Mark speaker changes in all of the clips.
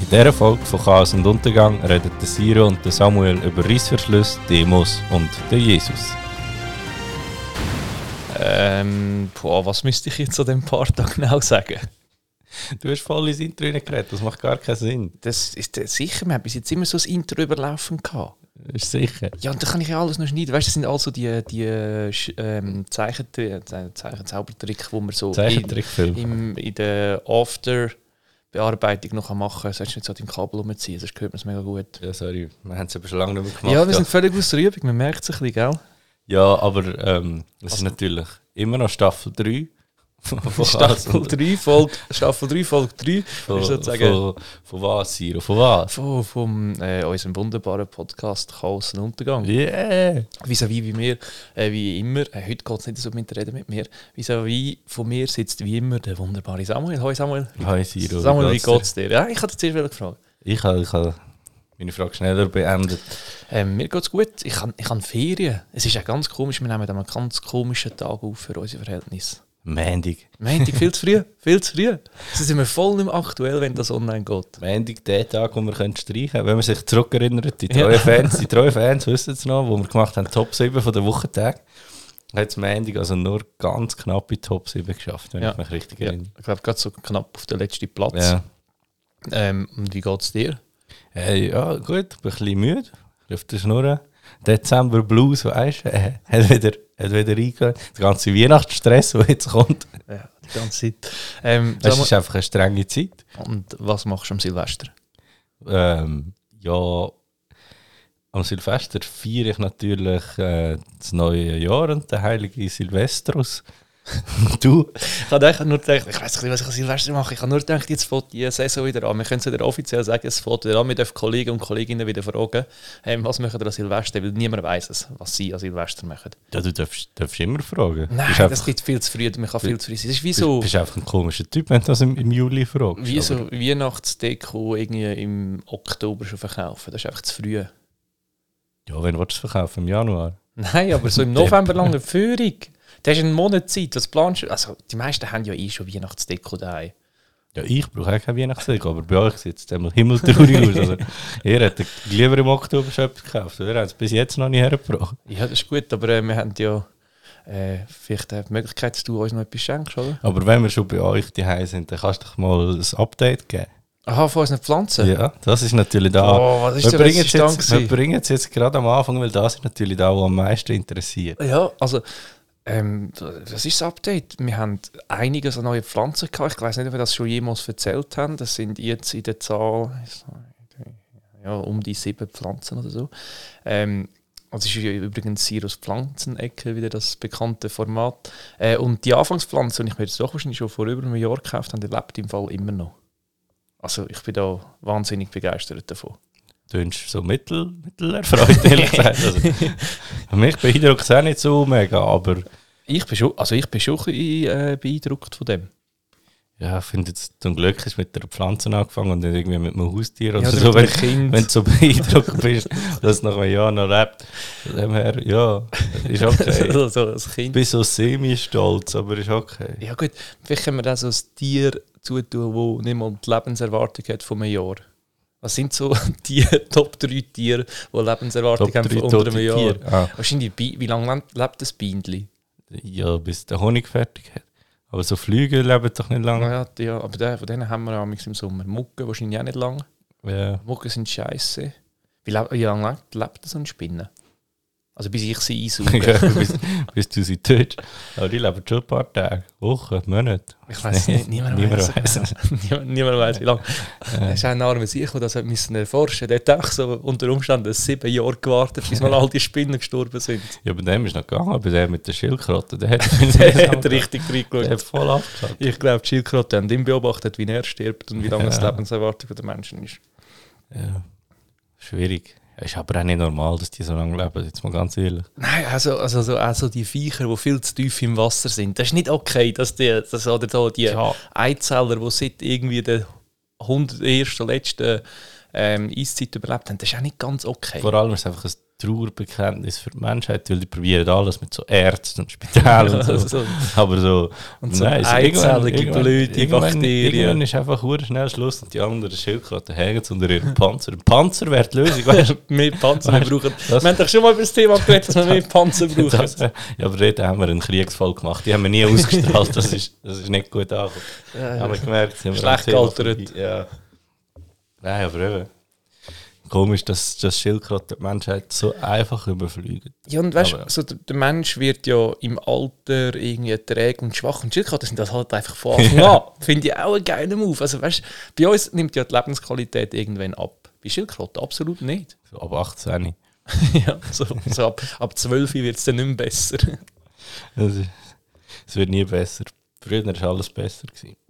Speaker 1: In dieser Folge von Chaos und Untergang reden der Siro und der Samuel über Reissverschluss, Demos und den Jesus.
Speaker 2: Ähm, boah, was müsste ich jetzt zu dem Part da genau sagen?
Speaker 1: Du hast voll ins Intro geredet, das macht gar keinen Sinn.
Speaker 2: Das ist äh, sicher, wir haben bis jetzt immer so ein Intro überlaufen gehabt.
Speaker 1: Ist sicher.
Speaker 2: Ja, und da kann ich ja alles noch schneiden. Weißt du, das sind also die, die äh, Sch- ähm, Zeichen, äh, Ze- Zeichen, Zaubertrick, wo man
Speaker 1: Oh,
Speaker 2: so in,
Speaker 1: Zeichentrickfilm.
Speaker 2: im, in der After-Bearbeitung noch machen kann. Sollst du nicht so dein Kabel rumziehen, sonst hört man es mega gut.
Speaker 1: Ja, sorry, wir haben es aber schon lange nicht mehr gemacht.
Speaker 2: ja, wir sind völlig aus der Übung, man merkt es ein bisschen, gell?
Speaker 1: Ja, aber ähm, es ist natürlich immer noch Staffel 3. Von, von Chaos
Speaker 2: Staffel
Speaker 1: und-
Speaker 2: 3, Folge, Staffel 3, Folge 3,
Speaker 1: von,
Speaker 2: ist sozusagen...
Speaker 1: von, von was, Siro? Von was?
Speaker 2: Von, vom, äh, unserem wunderbaren Podcast Chaos und Untergang.
Speaker 1: Yeah!
Speaker 2: Vis-à-vis bei mir, äh, wie immer, äh, heute geht es nicht so mit Reden mit mir, vis-à-vis von mir sitzt wie immer der wunderbare Samuel. Hoi Samuel.
Speaker 1: Hi Siro.
Speaker 2: Samuel, wie
Speaker 1: geht's dir?
Speaker 2: geht es dir? Ja, ich hatte zuerst eine Frage.
Speaker 1: Ich habe ich habe meine Frage schneller beendet.
Speaker 2: Ähm, mir geht es gut, ich habe ich han Ferien. Es ist ja ganz komisch, wir nehmen einen ganz komischen Tag auf für unser Verhältnis.
Speaker 1: Mendig.
Speaker 2: Montag viel zu früh, viel zu früh. Sie sind wir voll nicht mehr aktuell, wenn das online geht.
Speaker 1: Mendig der Tag, wo wir können streichen können, wenn man sich zurückerinnert, die
Speaker 2: Ja.
Speaker 1: treuen Fans, die treuen Fans wissen es noch, wo wir gemacht haben, Top 7 von der Wochentag. Hat es Mendig also nur ganz knapp in die Top 7 geschafft, wenn
Speaker 2: Ja.
Speaker 1: ich mich richtig
Speaker 2: Ja,
Speaker 1: erinnere.
Speaker 2: ich glaube, gerade so knapp auf den letzten Platz.
Speaker 1: Genau. Ja.
Speaker 2: Ähm, und wie geht es dir?
Speaker 1: Hey, ja, gut, ich bin ein bisschen müde, ein bisschen auf der Schnur. Dezember Blues, weißt du, äh, hat wieder, hat wieder reingegangen. Der ganze Weihnachtsstress, der jetzt kommt.
Speaker 2: Ja, die ganze Zeit. Ähm,
Speaker 1: Das
Speaker 2: Samuel,
Speaker 1: ist einfach eine strenge Zeit.
Speaker 2: und was machst du am Silvester?
Speaker 1: Ähm, ja, am Silvester feiere ich natürlich äh, das neue Jahr und den heiligen Silvestrus. Und du?
Speaker 2: Ich habe eigentlich nur gedacht, ich weiß nicht, was ich an Silvester mache. Ich habe nur gedacht, jetzt fängt die Saison wieder an. Wir können es wieder offiziell sagen, es fängt wieder an. Wir dürfen Kollegen und Kolleginnen wieder fragen, ähm, was machen ihr an Silvester? Weil niemand weiß es, was sie an Silvester machen.
Speaker 1: Ja, du darfst, darfst immer fragen.
Speaker 2: Nein,
Speaker 1: bist
Speaker 2: das
Speaker 1: einfach,
Speaker 2: geht viel zu früh. Man kann viel zu früh sein. Es ist wie
Speaker 1: bist,
Speaker 2: so,
Speaker 1: bist einfach ein komischer Typ, wenn du das im, im Juli fragst.
Speaker 2: wie
Speaker 1: Aber
Speaker 2: so Weihnachtsdeko irgendwie im Oktober schon verkaufen. Das ist einfach zu früh.
Speaker 1: Ja, wenn du es verkaufen im Januar.
Speaker 2: Nein, aber so im
Speaker 1: Depp.
Speaker 2: November lange Führung. Du hast einen Monat Zeit. Was planst du? Also, die meisten haben ja eh schon Weihnachtsdeko daheim.
Speaker 1: Ja, ich brauche auch keine Weihnachtsdeko, aber bei euch sieht es einmal himmeltraurig aus. Also, ihr hättet lieber im Oktober schon etwas gekauft, oder? Ihr habt es bis jetzt noch nicht hergebracht.
Speaker 2: Ja, das ist gut, aber äh, wir haben ja äh, vielleicht äh, die Möglichkeit, dass du uns noch etwas schenkst, oder?
Speaker 1: Aber wenn wir schon bei euch daheim sind, dann kannst du doch mal ein Update geben.
Speaker 2: Aha, von unseren Pflanzen?
Speaker 1: Ja, das ist natürlich da.
Speaker 2: Oh, was ist
Speaker 1: Wir
Speaker 2: der
Speaker 1: bringen, es
Speaker 2: letzte Stand
Speaker 1: jetzt, wir
Speaker 2: gewesen?
Speaker 1: bringen es jetzt gerade am Anfang, weil das ist natürlich da, was am meisten interessiert.
Speaker 2: Ja, also, ähm, das ist das Update. Wir haben einiges an neuen Pflanzen gehabt. Ich weiß nicht, ob wir das schon jemals erzählt haben. Das sind jetzt in der Zahl ja, um die sieben Pflanzen oder so. Ähm, das ist ja übrigens Sirus Pflanzenecke, wieder das bekannte Format. Äh, und die Anfangspflanze, die ich mir jetzt doch wahrscheinlich schon vor über einem Jahr gekauft habe, die lebt im Fall immer noch. Also ich bin da wahnsinnig begeistert davon.
Speaker 1: Du wünschst so mittel, mittelerfreut, ehrlich gesagt. Also, mich beeindruckt es auch nicht so mega, aber
Speaker 2: Ich bin schon, also ich bin schon ein bisschen, äh, beeindruckt von dem.
Speaker 1: ja, ich finde jetzt, zum Glück ist mit der Pflanze angefangen und nicht irgendwie mit einem Haustier oder
Speaker 2: Ja,
Speaker 1: Also so,
Speaker 2: mit
Speaker 1: wenn,
Speaker 2: dem Kind.
Speaker 1: wenn du so beeindruckt bist, dass es nach einem Jahr noch lebt. Von dem her, ja, ist okay.
Speaker 2: so, so ein
Speaker 1: Ich
Speaker 2: Kind.
Speaker 1: bin so semi-stolz, aber ist okay.
Speaker 2: Ja gut, vielleicht können wir da so ein Tier zutun, das nicht mal die Lebenserwartung hat von einem Jahr. Was sind so die Top 3 Tiere, die Lebenserwartung haben von unter einem Jahr?
Speaker 1: Tiere. Ah.
Speaker 2: Wahrscheinlich, Bi- wie lange lebt- lebt das Bienenli?
Speaker 1: Ja, bis der Honig fertig hat. Aber so Flüge leben doch nicht lange.
Speaker 2: Ah, Ja, die- ja, aber den, von denen haben wir ja manchmal im Sommer. Mucken wahrscheinlich auch nicht lange.
Speaker 1: Ja.
Speaker 2: Mucken sind scheiße. Wie, leb- wie lange lebt, lebt so eine Spinne? Also bis ich sie einsauge.
Speaker 1: Ja, bis, bis du sie tötest. Aber die leben schon ein paar Tage, Wochen, Monate.
Speaker 2: Ich weiß nicht, niemand,
Speaker 1: Niemand
Speaker 2: weiß.
Speaker 1: weiss
Speaker 2: es. niemand, niemand weiß, wie lange. Es ist auch ein armer Sieg, der das hat müssen erforschen musste. Der hat auch so unter Umständen sieben Jahre gewartet, bis mal all die Spinnen gestorben sind.
Speaker 1: Ja, bei dem ist noch gegangen, bei dem mit der Schildkröte. Der hat,
Speaker 2: Der hat richtig
Speaker 1: der
Speaker 2: reingeschaut.
Speaker 1: hat voll abgeschaut.
Speaker 2: Ich glaube, die Schildkröte haben ihn beobachtet, wie er stirbt und wie lange das
Speaker 1: Ja.
Speaker 2: Lebenserwartung der Menschen ist.
Speaker 1: Ja. Schwierig. Ist aber auch nicht normal, dass die so lange leben, jetzt mal ganz ehrlich.
Speaker 2: Nein, also, also, also, also die Viecher, die viel zu tief im Wasser sind, das ist nicht okay, dass die, dass, oder da die
Speaker 1: Ja.
Speaker 2: Einzeller, die seit irgendwie der 100. ersten, letzten ähm, Eiszeit überlebt haben, das ist auch nicht ganz okay.
Speaker 1: Vor allem ist es einfach ein Trauerbekenntnis für die Menschheit, weil die probieren alles mit so Ärzten und Spitälern und so.
Speaker 2: so.
Speaker 1: Aber so,
Speaker 2: Und so
Speaker 1: nein, so
Speaker 2: einzellige Blüte,
Speaker 1: irgendwann, irgendwann
Speaker 2: Bakterien.
Speaker 1: ist einfach hure schnell Schluss und die anderen Schildkröten hängen unter ihrem Panzer. Ein Panzer wäre die Lösung, weißt du?
Speaker 2: Mehr Panzer wir
Speaker 1: Weißt du,
Speaker 2: brauchen.
Speaker 1: Ah, das-
Speaker 2: Wir haben doch schon mal über das Thema geredet, dass wir mehr Panzer brauchen.
Speaker 1: Das, äh, ja, aber dort haben wir einen Kriegsfall gemacht. Die haben wir nie ausgestrahlt. Das ist, das ist nicht gut angekommen.
Speaker 2: Ja,
Speaker 1: Haben wir gemerkt. Sind wir
Speaker 2: Schlecht
Speaker 1: am Thema
Speaker 2: gealtert.
Speaker 1: vorbei. Ja. Nein, aber eben. Komisch, dass das Schildkröten die Menschheit so einfach überfliegen.
Speaker 2: Ja, und weißt du,
Speaker 1: Aber-
Speaker 2: so der, der Mensch wird ja im Alter irgendwie träge und schwach. Und Schildkröten sind das halt einfach von Anfang an. Finde ich auch einen geilen Move. Also, weißt du, bei uns nimmt ja die Lebensqualität irgendwann ab. Bei Schildkröten absolut nicht.
Speaker 1: So ab 18.
Speaker 2: ja, so, so ab, ab 12 wird es dann nicht mehr besser.
Speaker 1: Das ist- Also, Es wird nie besser. Früher war alles besser. Gewesen.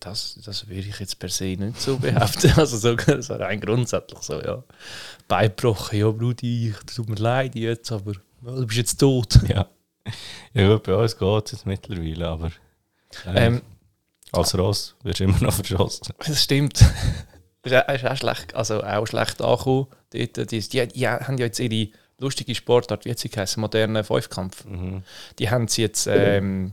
Speaker 2: Das, das würde ich jetzt per se nicht so behaupten. Also, so, so rein grundsätzlich so, ja. Beibrochen, ja, Brudi, ich tut mir leid jetzt, aber ja, du bist jetzt tot.
Speaker 1: Ja. ja, gut, bei uns geht es jetzt mittlerweile, aber. äh,
Speaker 2: Ähm,
Speaker 1: als Ross wirst du immer noch verschossen.
Speaker 2: Das stimmt. Das ist auch- ist auch schlecht, also auch schlecht angekommen. Dort, die, die, die haben ja jetzt ihre lustige Sportart, wie hat sie geheißen, modernen Fünfkampf. Die haben sie jetzt ähm,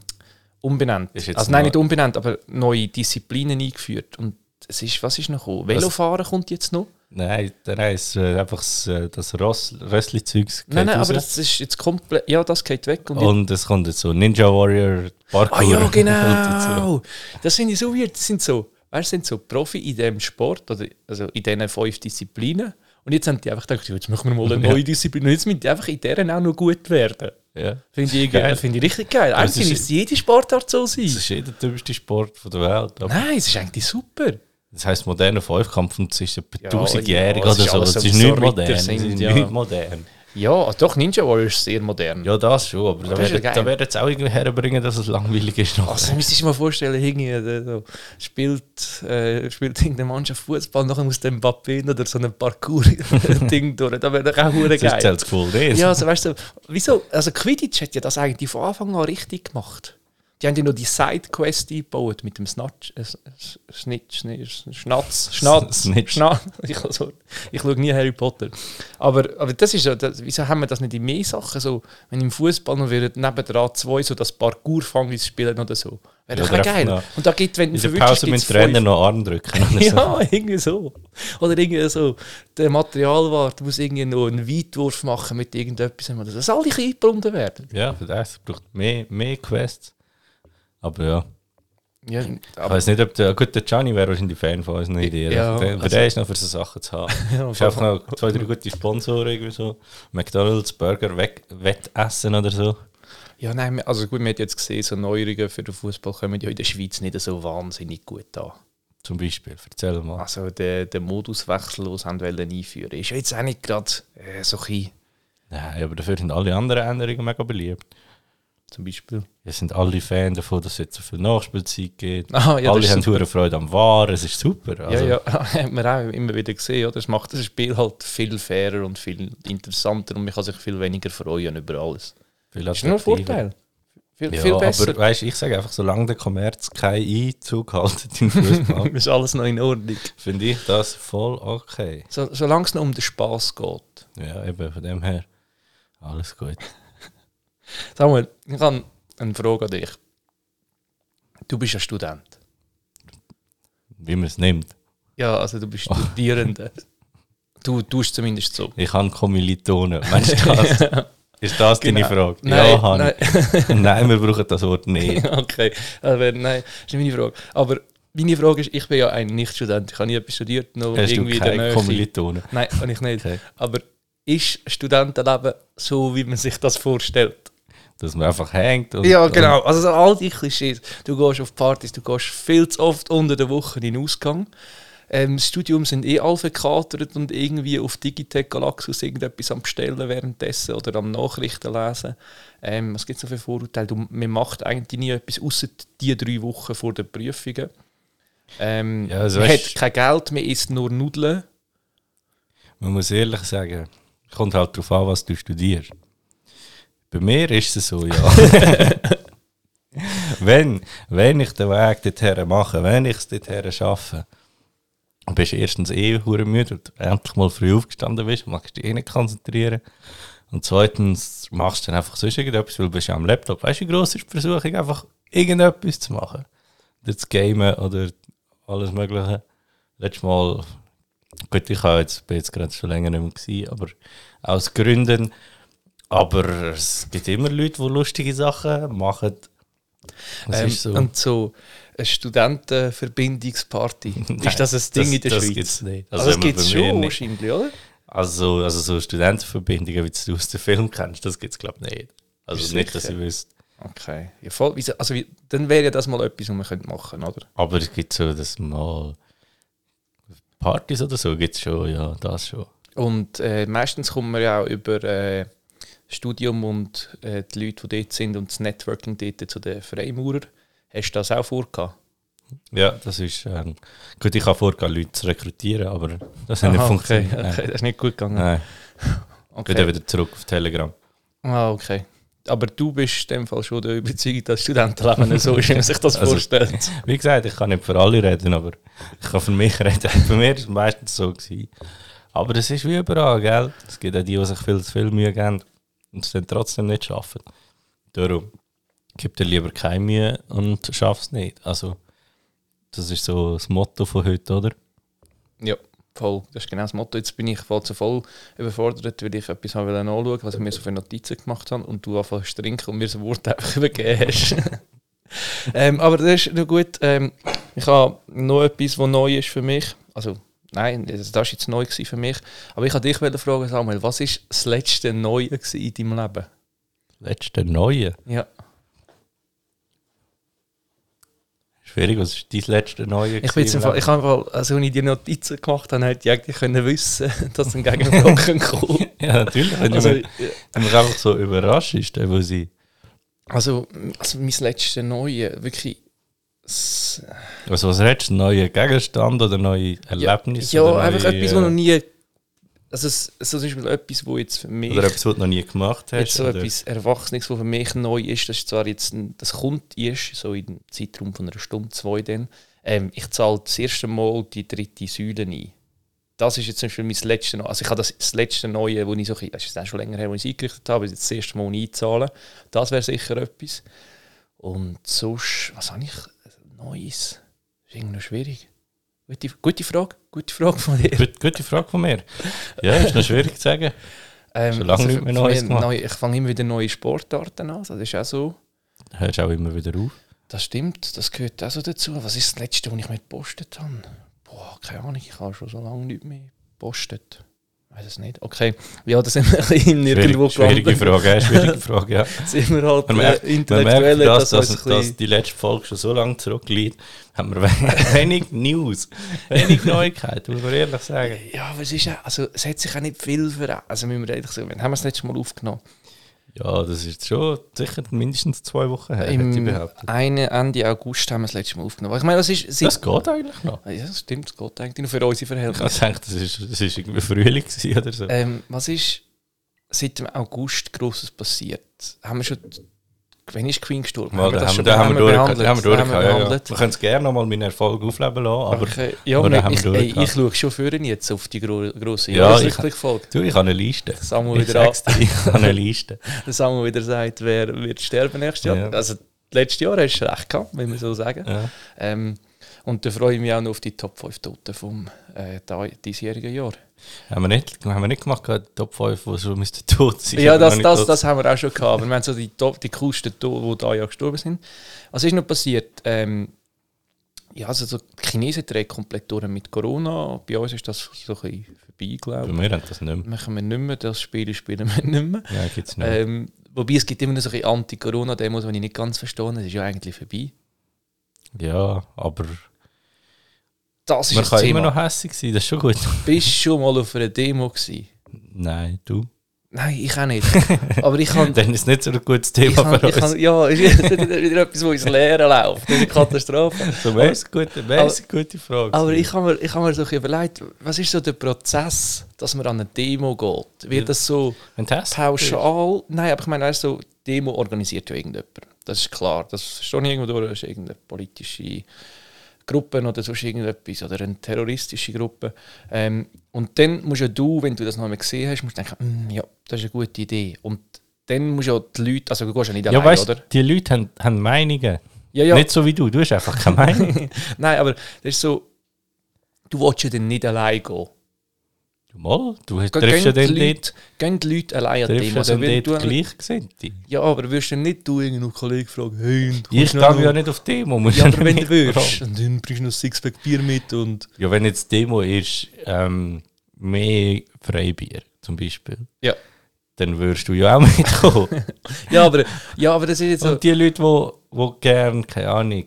Speaker 2: umbenannt.
Speaker 1: Mhm. Ist jetzt
Speaker 2: also nein,
Speaker 1: neu.
Speaker 2: nicht umbenannt, aber neue Disziplinen eingeführt. Und es ist, was ist noch gekommen? Velofahren kommt jetzt noch?
Speaker 1: Nein, dann ist äh, einfach das, äh, das Ross- Rössli-Zeug. geht
Speaker 2: Nein, nein,
Speaker 1: raus. Oh,
Speaker 2: aber das ist jetzt komplett, ja, das geht weg. Und jetzt,
Speaker 1: Und es kommt jetzt so Ninja Warrior Parkour.
Speaker 2: ah ja,
Speaker 1: kommt jetzt so.
Speaker 2: genau. Das finde ich so weird. Das sind so, weißt, sind so Profi in dem Sport, oder, also in diesen fünf Disziplinen. Und jetzt haben die einfach gedacht, ja, jetzt machen wir mal eine
Speaker 1: Ja.
Speaker 2: neue Disziplin. Und jetzt müssen die einfach in deren auch noch gut werden.
Speaker 1: Ja.
Speaker 2: Finde ich,
Speaker 1: Geil.
Speaker 2: geil. Finde ich richtig geil.
Speaker 1: Aber es
Speaker 2: Eigentlich
Speaker 1: ist-
Speaker 2: müsste jede Sportart so sein.
Speaker 1: Das ist jeder dümmste Sport von der Welt. Aber
Speaker 2: Nein, es ist eigentlich super.
Speaker 1: das heisst moderner Fünfkampf und es ist etwa
Speaker 2: Ja,
Speaker 1: tausendjährig
Speaker 2: ja, es
Speaker 1: oder
Speaker 2: ist
Speaker 1: so.
Speaker 2: alles
Speaker 1: Es ist
Speaker 2: sowieso
Speaker 1: nicht modern.
Speaker 2: Ritter
Speaker 1: Es ist
Speaker 2: sind, ja.
Speaker 1: nicht modern.
Speaker 2: Ja, doch, Ninja Warrior ist sehr modern.
Speaker 1: Ja, das schon, aber da
Speaker 2: Das ist ja
Speaker 1: werden,
Speaker 2: geil.
Speaker 1: da werden jetzt auch irgendwie herbringen, dass es langweilig ist. Noch.
Speaker 2: Also, müsstest du dir mal vorstellen, irgendwie, äh, so, spielt, äh, spielt irgendeine Mannschaft Fußball, nachher muss der Mbappé oder so ein Parkour-Ding durch. Das wäre doch auch hure
Speaker 1: das ist halt
Speaker 2: geil.
Speaker 1: das cool. Das.
Speaker 2: Ja, also weißt du, wieso? Also Quidditch hat ja das eigentlich von Anfang an richtig gemacht. Die haben ja noch die Sidequest eingebaut mit dem Snatch, äh, S- S- Snitch, Sni- S- Schnatz, Schnatz,
Speaker 1: Snitch.
Speaker 2: Schnatz. Ich, also, ich schaue nie Harry Potter. Aber, aber das ist ja, das, wieso haben wir das nicht in mehr Sachen so, wenn im Fußball noch würden nebendran zwei so das Parkour fangen spielen oder so. Wäre
Speaker 1: Ja,
Speaker 2: doch
Speaker 1: oder
Speaker 2: auch geil.
Speaker 1: einfach noch
Speaker 2: Und da gibt, wenn du
Speaker 1: In der
Speaker 2: verwirrst,
Speaker 1: Pause
Speaker 2: also gibt's
Speaker 1: mit dem Trainer
Speaker 2: fünf.
Speaker 1: noch Arm drücken. oder so.
Speaker 2: Ja, irgendwie so. Oder irgendwie so, der Materialwart muss irgendwie noch einen Weitwurf machen mit irgendetwas, oder so. dass alle ein bisschen eingebunden werden.
Speaker 1: ja, für das braucht mehr, mehr Quests. Aber ja,
Speaker 2: Ja, ah,
Speaker 1: ich weiß nicht, ob der, gut, der Gianni wäre wahrscheinlich Fan von unseren Ideen.
Speaker 2: Ja,
Speaker 1: aber der, aber
Speaker 2: also-
Speaker 1: der ist noch für so Sachen zu haben.
Speaker 2: ja,
Speaker 1: Du hast einfach noch zwei, drei gute Sponsoren, irgendwie so. McDonalds, Burger, weg, Wettessen oder so.
Speaker 2: ja, nein, also gut, man hat jetzt gesehen, so Neuerungen für den Fußball kommen ja in der Schweiz nicht so wahnsinnig gut an.
Speaker 1: Zum Beispiel. Erzähl mal.
Speaker 2: Also der, der Moduswechsel, den sie haben wollen einführen ist ja jetzt auch nicht gerade äh, so klein.
Speaker 1: Nein, aber dafür sind alle anderen Änderungen mega beliebt.
Speaker 2: Zum Beispiel.
Speaker 1: Wir sind alle Fan davon, dass es jetzt so viel Nachspielzeit gibt.
Speaker 2: Ah, ja, das
Speaker 1: alle
Speaker 2: ist
Speaker 1: haben
Speaker 2: super.
Speaker 1: hohe Freude am War. Es ist super. Also,
Speaker 2: ja, ja, hat man auch immer wieder gesehen. Ja. Das macht das Spiel halt viel fairer und viel interessanter und man kann sich viel weniger freuen über alles.
Speaker 1: Viel
Speaker 2: Das ist nur ein
Speaker 1: attraktiver.
Speaker 2: Vorteil. Viel,
Speaker 1: Ja,
Speaker 2: viel besser.
Speaker 1: aber weißt, ich sage einfach, solange der Kommerz keinen Einzug hält im Fußball,
Speaker 2: ist alles noch in Ordnung.
Speaker 1: finde ich das voll okay.
Speaker 2: So, solange es noch um den Spass geht.
Speaker 1: Ja, eben von dem her. Alles gut.
Speaker 2: Samuel, ich habe eine Frage an dich. Du bist ja Student.
Speaker 1: Wie man es nimmt.
Speaker 2: Ja, also du bist Studierende. Du tust zumindest so.
Speaker 1: Ich habe Kommilitonen. Meinst du das? Ist das
Speaker 2: Genau.
Speaker 1: deine Frage?
Speaker 2: Nein,
Speaker 1: ja, habe
Speaker 2: nein.
Speaker 1: ich. nein, wir brauchen das Wort nicht.
Speaker 2: okay, aber nein, das ist nicht meine Frage. Aber meine Frage ist, ich bin ja ein Nicht-Student. Ich habe nie etwas studiert, noch
Speaker 1: Hast du
Speaker 2: irgendwie in der
Speaker 1: keine
Speaker 2: Nähe.
Speaker 1: Kommilitonen?
Speaker 2: Nein, habe ich nicht.
Speaker 1: Okay.
Speaker 2: Aber ist Studentenleben so, wie man sich das vorstellt?
Speaker 1: Dass man einfach hängt. und-
Speaker 2: Ja, genau. Also so all die Klischees. Du gehst auf Partys, du gehst viel zu oft unter der Woche in den Ausgang. Ähm, das Studium sind eh alle verkatert und irgendwie auf Digitech Galaxus irgendetwas am Bestellen währenddessen oder am Nachrichten lesen. Ähm, was gibt es noch für Vorurteile? Du, man macht eigentlich nie etwas, außer die drei Wochen vor den Prüfungen. Ähm,
Speaker 1: Ja, also
Speaker 2: man hat
Speaker 1: weißt-
Speaker 2: kein Geld, man isst nur Nudeln.
Speaker 1: Und man muss ehrlich sagen, kommt halt darauf an, was du studierst. Bei mir ist es so, ja. wenn, wenn ich den Weg dorthin mache, wenn ich es dorthin schaffe, Du bist erstens eh hure müde, weil du endlich mal früh aufgestanden bist und magst dich eh nicht konzentrieren. Und zweitens machst du dann einfach sonst irgendetwas, weil du bist ja am Laptop. Weißt du, wie gross ist die Versuchung, einfach irgendetwas zu machen? Oder zu gamen oder alles Mögliche. Letztes Mal, gut, ich habe jetzt, bin jetzt gerade schon länger nicht mehr gewesen, aber aus Gründen. Aber es gibt immer Leute, die lustige Sachen machen. Das
Speaker 2: Ähm,
Speaker 1: ist so.
Speaker 2: Und so eine Studentenverbindungsparty. ist das ein Ding
Speaker 1: das-
Speaker 2: in der
Speaker 1: das
Speaker 2: Schweiz?
Speaker 1: gibt's nicht.
Speaker 2: Also,
Speaker 1: Also
Speaker 2: das
Speaker 1: immer
Speaker 2: gibt es
Speaker 1: bei mir
Speaker 2: schon
Speaker 1: nicht.
Speaker 2: wahrscheinlich, oder?
Speaker 1: Also, also so Studentenverbindungen, wie du aus dem Film kennst, das gibt es, glaube ich, nicht. Also
Speaker 2: Bist du
Speaker 1: nicht, dass
Speaker 2: sicher?
Speaker 1: ich wüsste.
Speaker 2: Okay. Ja, voll. Wieso- Also, wie- dann wäre ja das mal etwas, was man könnte machen oder?
Speaker 1: Aber es gibt so das mal Partys oder so gibt es schon, ja, das schon.
Speaker 2: Und äh, meistens kommen wir ja auch über äh, Studium und äh, die Leute, die dort sind und das Networking dort zu den Freimaurern. Hast du das auch vorgehabt?
Speaker 1: Ja, das ist. Ähm, gut, ich habe vorgegeben, Leute zu rekrutieren, aber das hat nicht
Speaker 2: Aha, okay,
Speaker 1: funktioniert.
Speaker 2: okay,
Speaker 1: Nein,
Speaker 2: das ist nicht gut gegangen.
Speaker 1: nein. ich bin dann
Speaker 2: Okay.
Speaker 1: wieder zurück auf Telegram.
Speaker 2: Ah, okay. Aber du bist in dem Fall schon der Überzeugung, dass Studentenleben so ist, wie man sich das
Speaker 1: Also-
Speaker 2: vorstellt.
Speaker 1: Wie gesagt, ich kann nicht für alle reden, aber ich kann für mich reden. Bei mir war es meistens so. Gewesen. Aber es ist wie überall, gell? Es gibt auch die, die sich viel zu viel Mühe geben und es dann trotzdem nicht schaffen. Darum gib dir lieber keine Mühe und schaff's nicht. Also, das ist so das Motto von heute, oder?
Speaker 2: Ja, voll. Das ist genau das Motto. Jetzt bin ich voll zu voll überfordert, weil ich etwas habe wollen anschauen was ich mir so für Notizen gemacht habe und du anfängst zu trinken und mir so Wort einfach übergeben hast. ähm, aber das ist noch gut. Ähm, ich habe noch etwas, was neu ist für mich. Also, nein, das war jetzt neu gewesen für mich. Aber ich wollte dich wollen fragen, Samuel, was war das letzte Neue gewesen in deinem Leben?
Speaker 1: Letzte Neue.
Speaker 2: Ja.
Speaker 1: Schwierig, was ist dein letzte Neue?
Speaker 2: Ich bin jetzt
Speaker 1: gewesen?
Speaker 2: im Fall, ich habe im Fall, also als ich die Notizen gemacht habe, hätte ich eigentlich können wissen dass ein Gegenfall kommt.
Speaker 1: Ja, natürlich. Wenn
Speaker 2: Also,
Speaker 1: du mich- wenn du mich einfach so überrascht ist, dann will sie.
Speaker 2: Also, also mein letztes Neue, wirklich. s-
Speaker 1: Also, was redest du? Neue Gegenstand oder neue Erlebnisse?
Speaker 2: Ja,
Speaker 1: oder
Speaker 2: einfach
Speaker 1: neue,
Speaker 2: etwas,
Speaker 1: äh,
Speaker 2: was noch nie. Also, es, so zum Beispiel etwas, wo jetzt für mich.
Speaker 1: Oder etwas, was du noch nie gemacht hast.
Speaker 2: jetzt so
Speaker 1: oder?
Speaker 2: etwas Erwachsenes, was für mich neu ist, das ist zwar jetzt, ein- das kommt erst, so im Zeitraum von einer Stunde, zwei dann. Ähm, ich zahle das erste Mal die dritte Säule ein. Das ist jetzt zum Beispiel mein letztes Neue. Also ich habe das, das letzte Neue, wo ich so, ein bisschen- das ist jetzt auch schon länger her, wo ich es eingerichtet habe, aber jetzt das erste Mal einzahlen. Das wäre sicher etwas. Und sonst, was habe ich Neues? ist irgendwie noch schwierig. Gute, gute Frage, gute Frage von dir.
Speaker 1: Gut, gute Frage von mir. Ja, ist noch schwierig zu sagen.
Speaker 2: Ähm,
Speaker 1: Schon lange nicht
Speaker 2: für-
Speaker 1: mehr
Speaker 2: für
Speaker 1: Neues
Speaker 2: mich
Speaker 1: gemacht.
Speaker 2: Neue, ich fange immer wieder neue Sportarten an, also das ist auch so.
Speaker 1: Hörst auch immer wieder auf.
Speaker 2: Das stimmt, das gehört auch so dazu. Was ist das Letzte, was ich mir gepostet habe? Boah, keine Ahnung, ich habe schon so lange nicht mehr gepostet. Weiß es nicht. Okay, ja, das sind wir ein bisschen nirgendwo
Speaker 1: Schwierig, schwierige
Speaker 2: gelandet.
Speaker 1: Frage, ja, schwierige Frage, ja.
Speaker 2: Sind wir halt
Speaker 1: Man
Speaker 2: äh,
Speaker 1: merkt, man
Speaker 2: intellektuell,
Speaker 1: merkt dass,
Speaker 2: dass
Speaker 1: dass,
Speaker 2: das
Speaker 1: dass,
Speaker 2: ein bisschen...
Speaker 1: die letzte Folge schon so lange zurückliegt, haben wir we- wenig News, wenig Neuigkeiten, muss man ehrlich sagen.
Speaker 2: Ja, aber es ist auch, also es hat sich auch nicht viel verändert. Also müssen wir ehrlich sagen, wann haben wir das letzte Mal aufgenommen?
Speaker 1: Ja, das ist schon sicher mindestens zwei Wochen her, hätte ich
Speaker 2: Im
Speaker 1: behauptet.
Speaker 2: einen Ende August haben wir das letzte Mal aufgenommen. Ich meine, das ist... Seit,
Speaker 1: Das geht eigentlich noch.
Speaker 2: ja, das stimmt, das geht eigentlich nur für unsere
Speaker 1: Ich
Speaker 2: Verhältnisse.
Speaker 1: habe gedacht, das ist, das ist irgendwie Frühling gewesen oder so.
Speaker 2: Ähm, was ist seit dem August Grosses passiert? Haben wir schon. Wann ist Queen gestorben?
Speaker 1: Mal, da haben wir, da haben wir durch, da haben wir durch, ja, ja. Wir können es gerne nochmal meinen Erfolg aufleben lassen, aber
Speaker 2: okay. ja,
Speaker 1: aber da
Speaker 2: wir,
Speaker 1: haben wir
Speaker 2: ich, ey,
Speaker 1: durchgehabt.
Speaker 2: ich schaue schon vorhin jetzt auf die gro grosse
Speaker 1: Ja, ich-
Speaker 2: Jahresrückblickfolge.
Speaker 1: du, ich habe eine Liste.
Speaker 2: Samuel
Speaker 1: Ich
Speaker 2: wieder an,
Speaker 1: sag's dir, ich habe eine Liste.
Speaker 2: dass Samuel wieder sagt, wer wird sterben nächstes Jahr.
Speaker 1: Ja.
Speaker 2: Also, letztes Jahr hast du recht gehabt, wenn wir so sagen.
Speaker 1: Ja.
Speaker 2: Ähm, und da freue ich mich auch noch auf die Top 5 Toten vom äh, da- diesjährigen Jahr.
Speaker 1: Haben wir nicht, haben wir nicht gemacht, gerade die Top 5, die schon müsste tot sein
Speaker 2: Ja,
Speaker 1: aber noch
Speaker 2: das,
Speaker 1: nicht
Speaker 2: das,
Speaker 1: tot
Speaker 2: das haben wir auch schon gehabt. Aber wir haben so die, Top- die coolsten, Toten, die da ja gestorben sind. Was ist noch passiert? Ähm, ja, also so die Chinesen drehen komplett durch mit Corona. Bei uns ist das so ein bisschen vorbei,
Speaker 1: sind.
Speaker 2: glaube
Speaker 1: Bei mir haben das nicht
Speaker 2: ich. Machen wir nicht mehr, das Spiel spielen wir nicht mehr.
Speaker 1: mehr. Ja, gibt's nicht. mehr.
Speaker 2: Ähm, wobei es gibt immer noch so ein bisschen Anti-Corona-Demos, die ich nicht ganz verstehe. Das ist ja eigentlich vorbei.
Speaker 1: ja, aber
Speaker 2: Das ist
Speaker 1: man
Speaker 2: das
Speaker 1: kann
Speaker 2: Thema.
Speaker 1: immer noch hässlich sein, das ist schon gut.
Speaker 2: Bist du schon mal auf einer Demo gewesen?
Speaker 1: Nein, du.
Speaker 2: Nein, ich auch nicht. Aber ich kann...
Speaker 1: Dann ist es nicht so ein gutes
Speaker 2: Ich
Speaker 1: Thema
Speaker 2: kann,
Speaker 1: für
Speaker 2: ich kann,
Speaker 1: uns.
Speaker 2: ja, es ist wieder etwas, wo ins Leere läuft. Das ist eine Katastrophe.
Speaker 1: So, wäre es gute, wäre es gute Frage.
Speaker 2: Aber
Speaker 1: gewesen.
Speaker 2: ich habe mir, ich habe mir so ein bisschen überlegt, was ist so der Prozess, dass man an eine Demo geht? Wird das so
Speaker 1: Wenn du hässlich
Speaker 2: pauschal? Nein, aber ich meine, weißt du, Demo organisiert ja irgendjemand. Das ist klar. Das ist schon irgendwo durch, das ist irgendeine politische Gruppen oder sonst irgendetwas oder eine terroristische Gruppe. Ähm, und dann musst ja du, wenn du das noch einmal gesehen hast, musst du denken, «Mm, ja, das ist eine gute Idee. Und dann musst ja die Leute, also du gehst ja nicht allein,
Speaker 1: Ja, weißt
Speaker 2: oder?
Speaker 1: du, die Leute haben, haben Meinungen.
Speaker 2: Ja, ja.
Speaker 1: Nicht so wie du, du hast einfach keine Meinung.
Speaker 2: Nein, aber das ist so, du willst ja dann nicht allein gehen.
Speaker 1: Mal, du hast-
Speaker 2: Gehen-
Speaker 1: triffst ja
Speaker 2: gehen
Speaker 1: dann
Speaker 2: die Leute-
Speaker 1: dort,
Speaker 2: Gehen die Leute allein an
Speaker 1: triffst
Speaker 2: dem.
Speaker 1: ja
Speaker 2: Also,
Speaker 1: dann
Speaker 2: wenn du,
Speaker 1: dort Gleichgesinnte.
Speaker 2: ja, aber wirst du nicht du irgendeinen Kollegen fragen, hey, und kommst
Speaker 1: Ich
Speaker 2: noch-
Speaker 1: gehe ja nicht auf die Demo. musst
Speaker 2: Ja, aber wenn du
Speaker 1: nicht
Speaker 2: würdest,
Speaker 1: fragen.
Speaker 2: und dann bringst du noch ein Sixpack Bier mit und...
Speaker 1: Ja, wenn jetzt Demo ist, ähm, mehr Freibier zum Beispiel,
Speaker 2: Ja.
Speaker 1: dann würdest du ja auch mitkommen.
Speaker 2: Ja, aber, ja, aber das ist jetzt so...
Speaker 1: Und die Leute, die wo, wo gerne, keine Ahnung,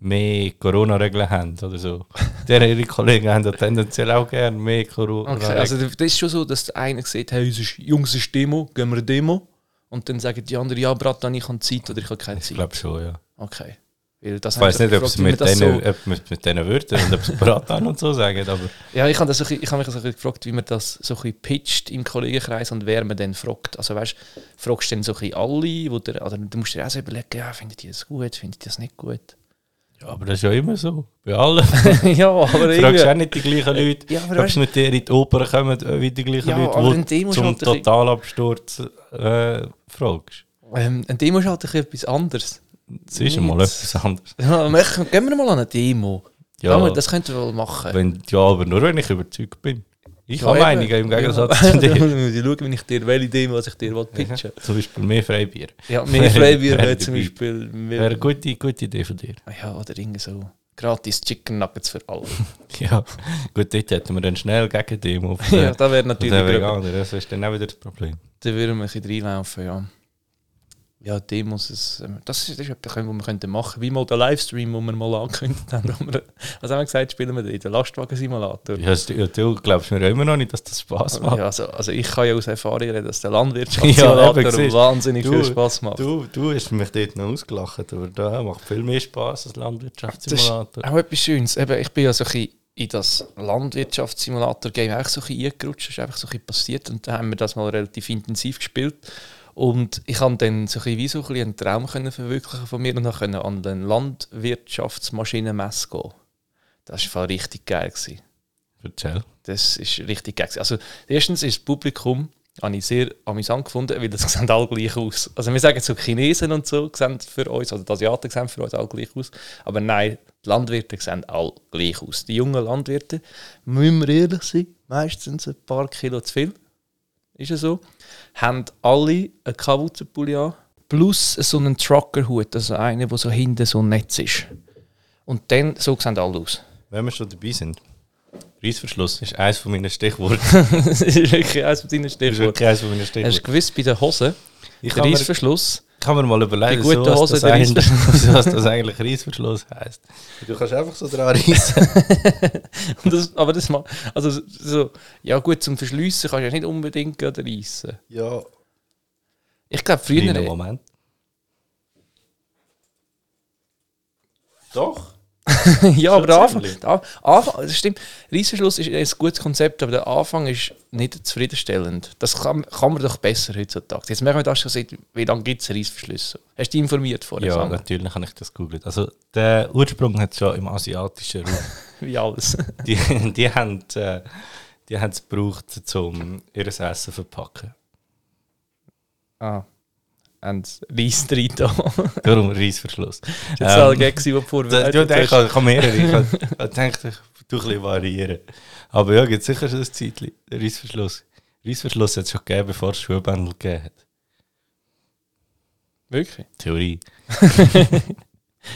Speaker 1: mehr Corona-Regeln haben oder so, deren ihre Kollegen haben ja tendenziell auch gerne mehr
Speaker 2: Okay,
Speaker 1: Corona-Regeln.
Speaker 2: also das ist schon so, dass der eine sieht, hey, es ist, Jungs, es ist Demo, gehen wir eine Demo. Und dann sagen die anderen, ja, Bratan, ich habe Zeit oder ich habe keine
Speaker 1: ich
Speaker 2: Zeit.
Speaker 1: glaube schon, ja.
Speaker 2: Okay. Weil das
Speaker 1: Ich
Speaker 2: haben
Speaker 1: weiß
Speaker 2: sie
Speaker 1: nicht, ob es
Speaker 2: gefragt, wie
Speaker 1: mit
Speaker 2: man das
Speaker 1: denen,
Speaker 2: So,
Speaker 1: ob man es mit denen würde und ob es Bratan und so sagen, aber
Speaker 2: ja, ich habe das so, ein bisschen- ich habe mich so ein bisschen gefragt, wie man das so ein bisschen pitcht im Kollegenkreis und wer man dann fragt. Also weißt, fragst du dann so ein bisschen alle, wo der, oder du musst dir auch so überlegen, ja, findet ihr das gut, findet ihr das nicht gut?
Speaker 1: ja, aber das ist ja immer so. Bei allen.
Speaker 2: ja, aber
Speaker 1: Du fragst
Speaker 2: irgendwie-
Speaker 1: auch nicht die gleichen Leute.
Speaker 2: Äh, Ja, aber
Speaker 1: Ob es
Speaker 2: weißt,
Speaker 1: mit dir in die Oper kommen, äh, wie die gleichen
Speaker 2: Ja, aber
Speaker 1: Leute,
Speaker 2: in
Speaker 1: die
Speaker 2: dem
Speaker 1: du
Speaker 2: ist
Speaker 1: zum
Speaker 2: halt ein bisschen-
Speaker 1: Totalabsturz äh, fragst.
Speaker 2: ähm, eine Demo ist halt ein bisschen etwas anderes.
Speaker 1: Das ist mal
Speaker 2: Nichts.
Speaker 1: etwas anderes.
Speaker 2: Ja, machen- gehen wir mal an eine Demo.
Speaker 1: Ja,
Speaker 2: Ja. Das könnten wir wohl machen.
Speaker 1: wenn, ja, aber nur wenn ich überzeugt bin. Ich
Speaker 2: Ja,
Speaker 1: habe
Speaker 2: eben.
Speaker 1: Meinungen im Gegensatz
Speaker 2: ja.
Speaker 1: zu
Speaker 2: Dann
Speaker 1: dir.
Speaker 2: muss ich schauen, wenn ich dir welche Demo, was ich dir will pitchen
Speaker 1: Zum Beispiel mehr Freibier.
Speaker 2: Ja,
Speaker 1: Wer-
Speaker 2: mehr Freibier
Speaker 1: wer
Speaker 2: wäre zum
Speaker 1: dabei?
Speaker 2: Beispiel... mehr-
Speaker 1: Wäre eine gute, gute Idee von dir.
Speaker 2: Ja, oder irgendwie so gratis Chicken Nuggets für alle.
Speaker 1: Ja, gut, dort hätten wir dann schnell gegen Demo.
Speaker 2: ja, das wäre natürlich...
Speaker 1: der
Speaker 2: grad-
Speaker 1: Veganer, das ist dann auch wieder das Problem.
Speaker 2: Da würden wir ein bisschen reinlaufen, ja. Ja, Demos, es, ähm, das ist das ist etwas, was wir könnten machen Wie mal der Livestream, den wir mal angekündigt haben. wo wir- Was haben wir gesagt, spielen wir den, den Lastwagen-Simulator.
Speaker 1: Ja, s- ja, du glaubst mir ja immer noch nicht, dass das Spaß macht.
Speaker 2: Ja, also, also ich kann ja aus Erfahrung reden, dass der
Speaker 1: Ja,
Speaker 2: Landwirtschaftssimulator
Speaker 1: eben, siehst du.
Speaker 2: wahnsinnig
Speaker 1: Du-
Speaker 2: viel Spaß macht.
Speaker 1: Du, du hast mich dort noch ausgelacht, aber da macht viel mehr Spaß als Landwirtschaftssimulator.
Speaker 2: Auch etwas Schönes. Eben, ich bin ja so ein bisschen in das Landwirtschaftssimulator-Game auch so ein bisschen eingerutscht. Das ist einfach so ein bisschen passiert und dann haben wir das mal relativ intensiv gespielt. Und ich habe dann so ein bisschen wie so ein bisschen einen Traum können verwirklichen von mir und dann können an den Landwirtschaftsmaschinenmesse gehen. Das war voll richtig geil. Gewesen.
Speaker 1: Erzähl.
Speaker 2: Das ist richtig geil. gewesen. Also, erstens ist das Publikum habe ich sehr amüsant gefunden, weil das sehen alle gleich aus. Also wir sagen so, die Chinesen und so sehen für uns, oder die Asiaten sehen für uns alle gleich aus, aber nein, die Landwirte sehen alle gleich aus. Die jungen Landwirte, müssen wir ehrlich sein, meistens ein paar Kilo zu viel, ist ja so, haben alle einen Kavuzenpulli an, plus so einen Truckerhut, also einen, der so hinten so ein Netz ist. Und dann, so sehen alle aus.
Speaker 1: Wenn wir schon dabei sind, Reissverschluss ist eines von meinen Stichworten.
Speaker 2: das ist wirklich eines deiner
Speaker 1: Das ist
Speaker 2: Stichworte.
Speaker 1: wirklich eines von meinen
Speaker 2: Hast du
Speaker 1: Stichworten.
Speaker 2: gewiss bei den Hosen,
Speaker 1: Ich
Speaker 2: der
Speaker 1: kann mir,
Speaker 2: Reissverschluss?
Speaker 1: kann mir mal
Speaker 2: Die
Speaker 1: überlegen, so,
Speaker 2: gute
Speaker 1: was,
Speaker 2: Hose,
Speaker 1: das
Speaker 2: der
Speaker 1: eigentlich, was das eigentlich Reissverschluss heisst. Du kannst einfach so dran reissen.
Speaker 2: Und das, aber das macht, also so, ja gut, zum Verschliessen kannst du ja nicht unbedingt gerade reissen.
Speaker 1: ja,
Speaker 2: Ich glaube,
Speaker 1: kleiner
Speaker 2: früher,
Speaker 1: Moment. Doch.
Speaker 2: ja, aber der Anfang,
Speaker 1: ziemlich.
Speaker 2: der An- Anfang, das stimmt, Reissverschluss ist ein gutes Konzept, aber der Anfang ist nicht zufriedenstellend. Das kann, kann man doch besser heutzutage. Jetzt merken wir das schon seit, wie lange gibt es Reissverschlüsse? Hast du dich informiert vorher?
Speaker 1: Ja,
Speaker 2: Sandra?
Speaker 1: natürlich habe ich das googelt. Also der Ursprung hat schon im asiatischen Raum.
Speaker 2: Wie alles.
Speaker 1: die, die haben äh, die haben es gebraucht, um ihr Essen zu verpacken.
Speaker 2: ah. Und Reis drin da. Das
Speaker 1: Darum Reissverschluss. Ähm,
Speaker 2: war ein Gag, den du
Speaker 1: Da-
Speaker 2: vorbereitet
Speaker 1: Ja, ich
Speaker 2: hast.
Speaker 1: kann, kann mehrere. Ich kann- ich denke, ich tu ein bisschen variieren. Aber ja, gibt sicher schon ein Zeitchen. Der Reissverschluss. Reissverschluss hat es schon gegeben, bevor es Schuhbändel gegeben hat.
Speaker 2: Wirklich?
Speaker 1: Theorie.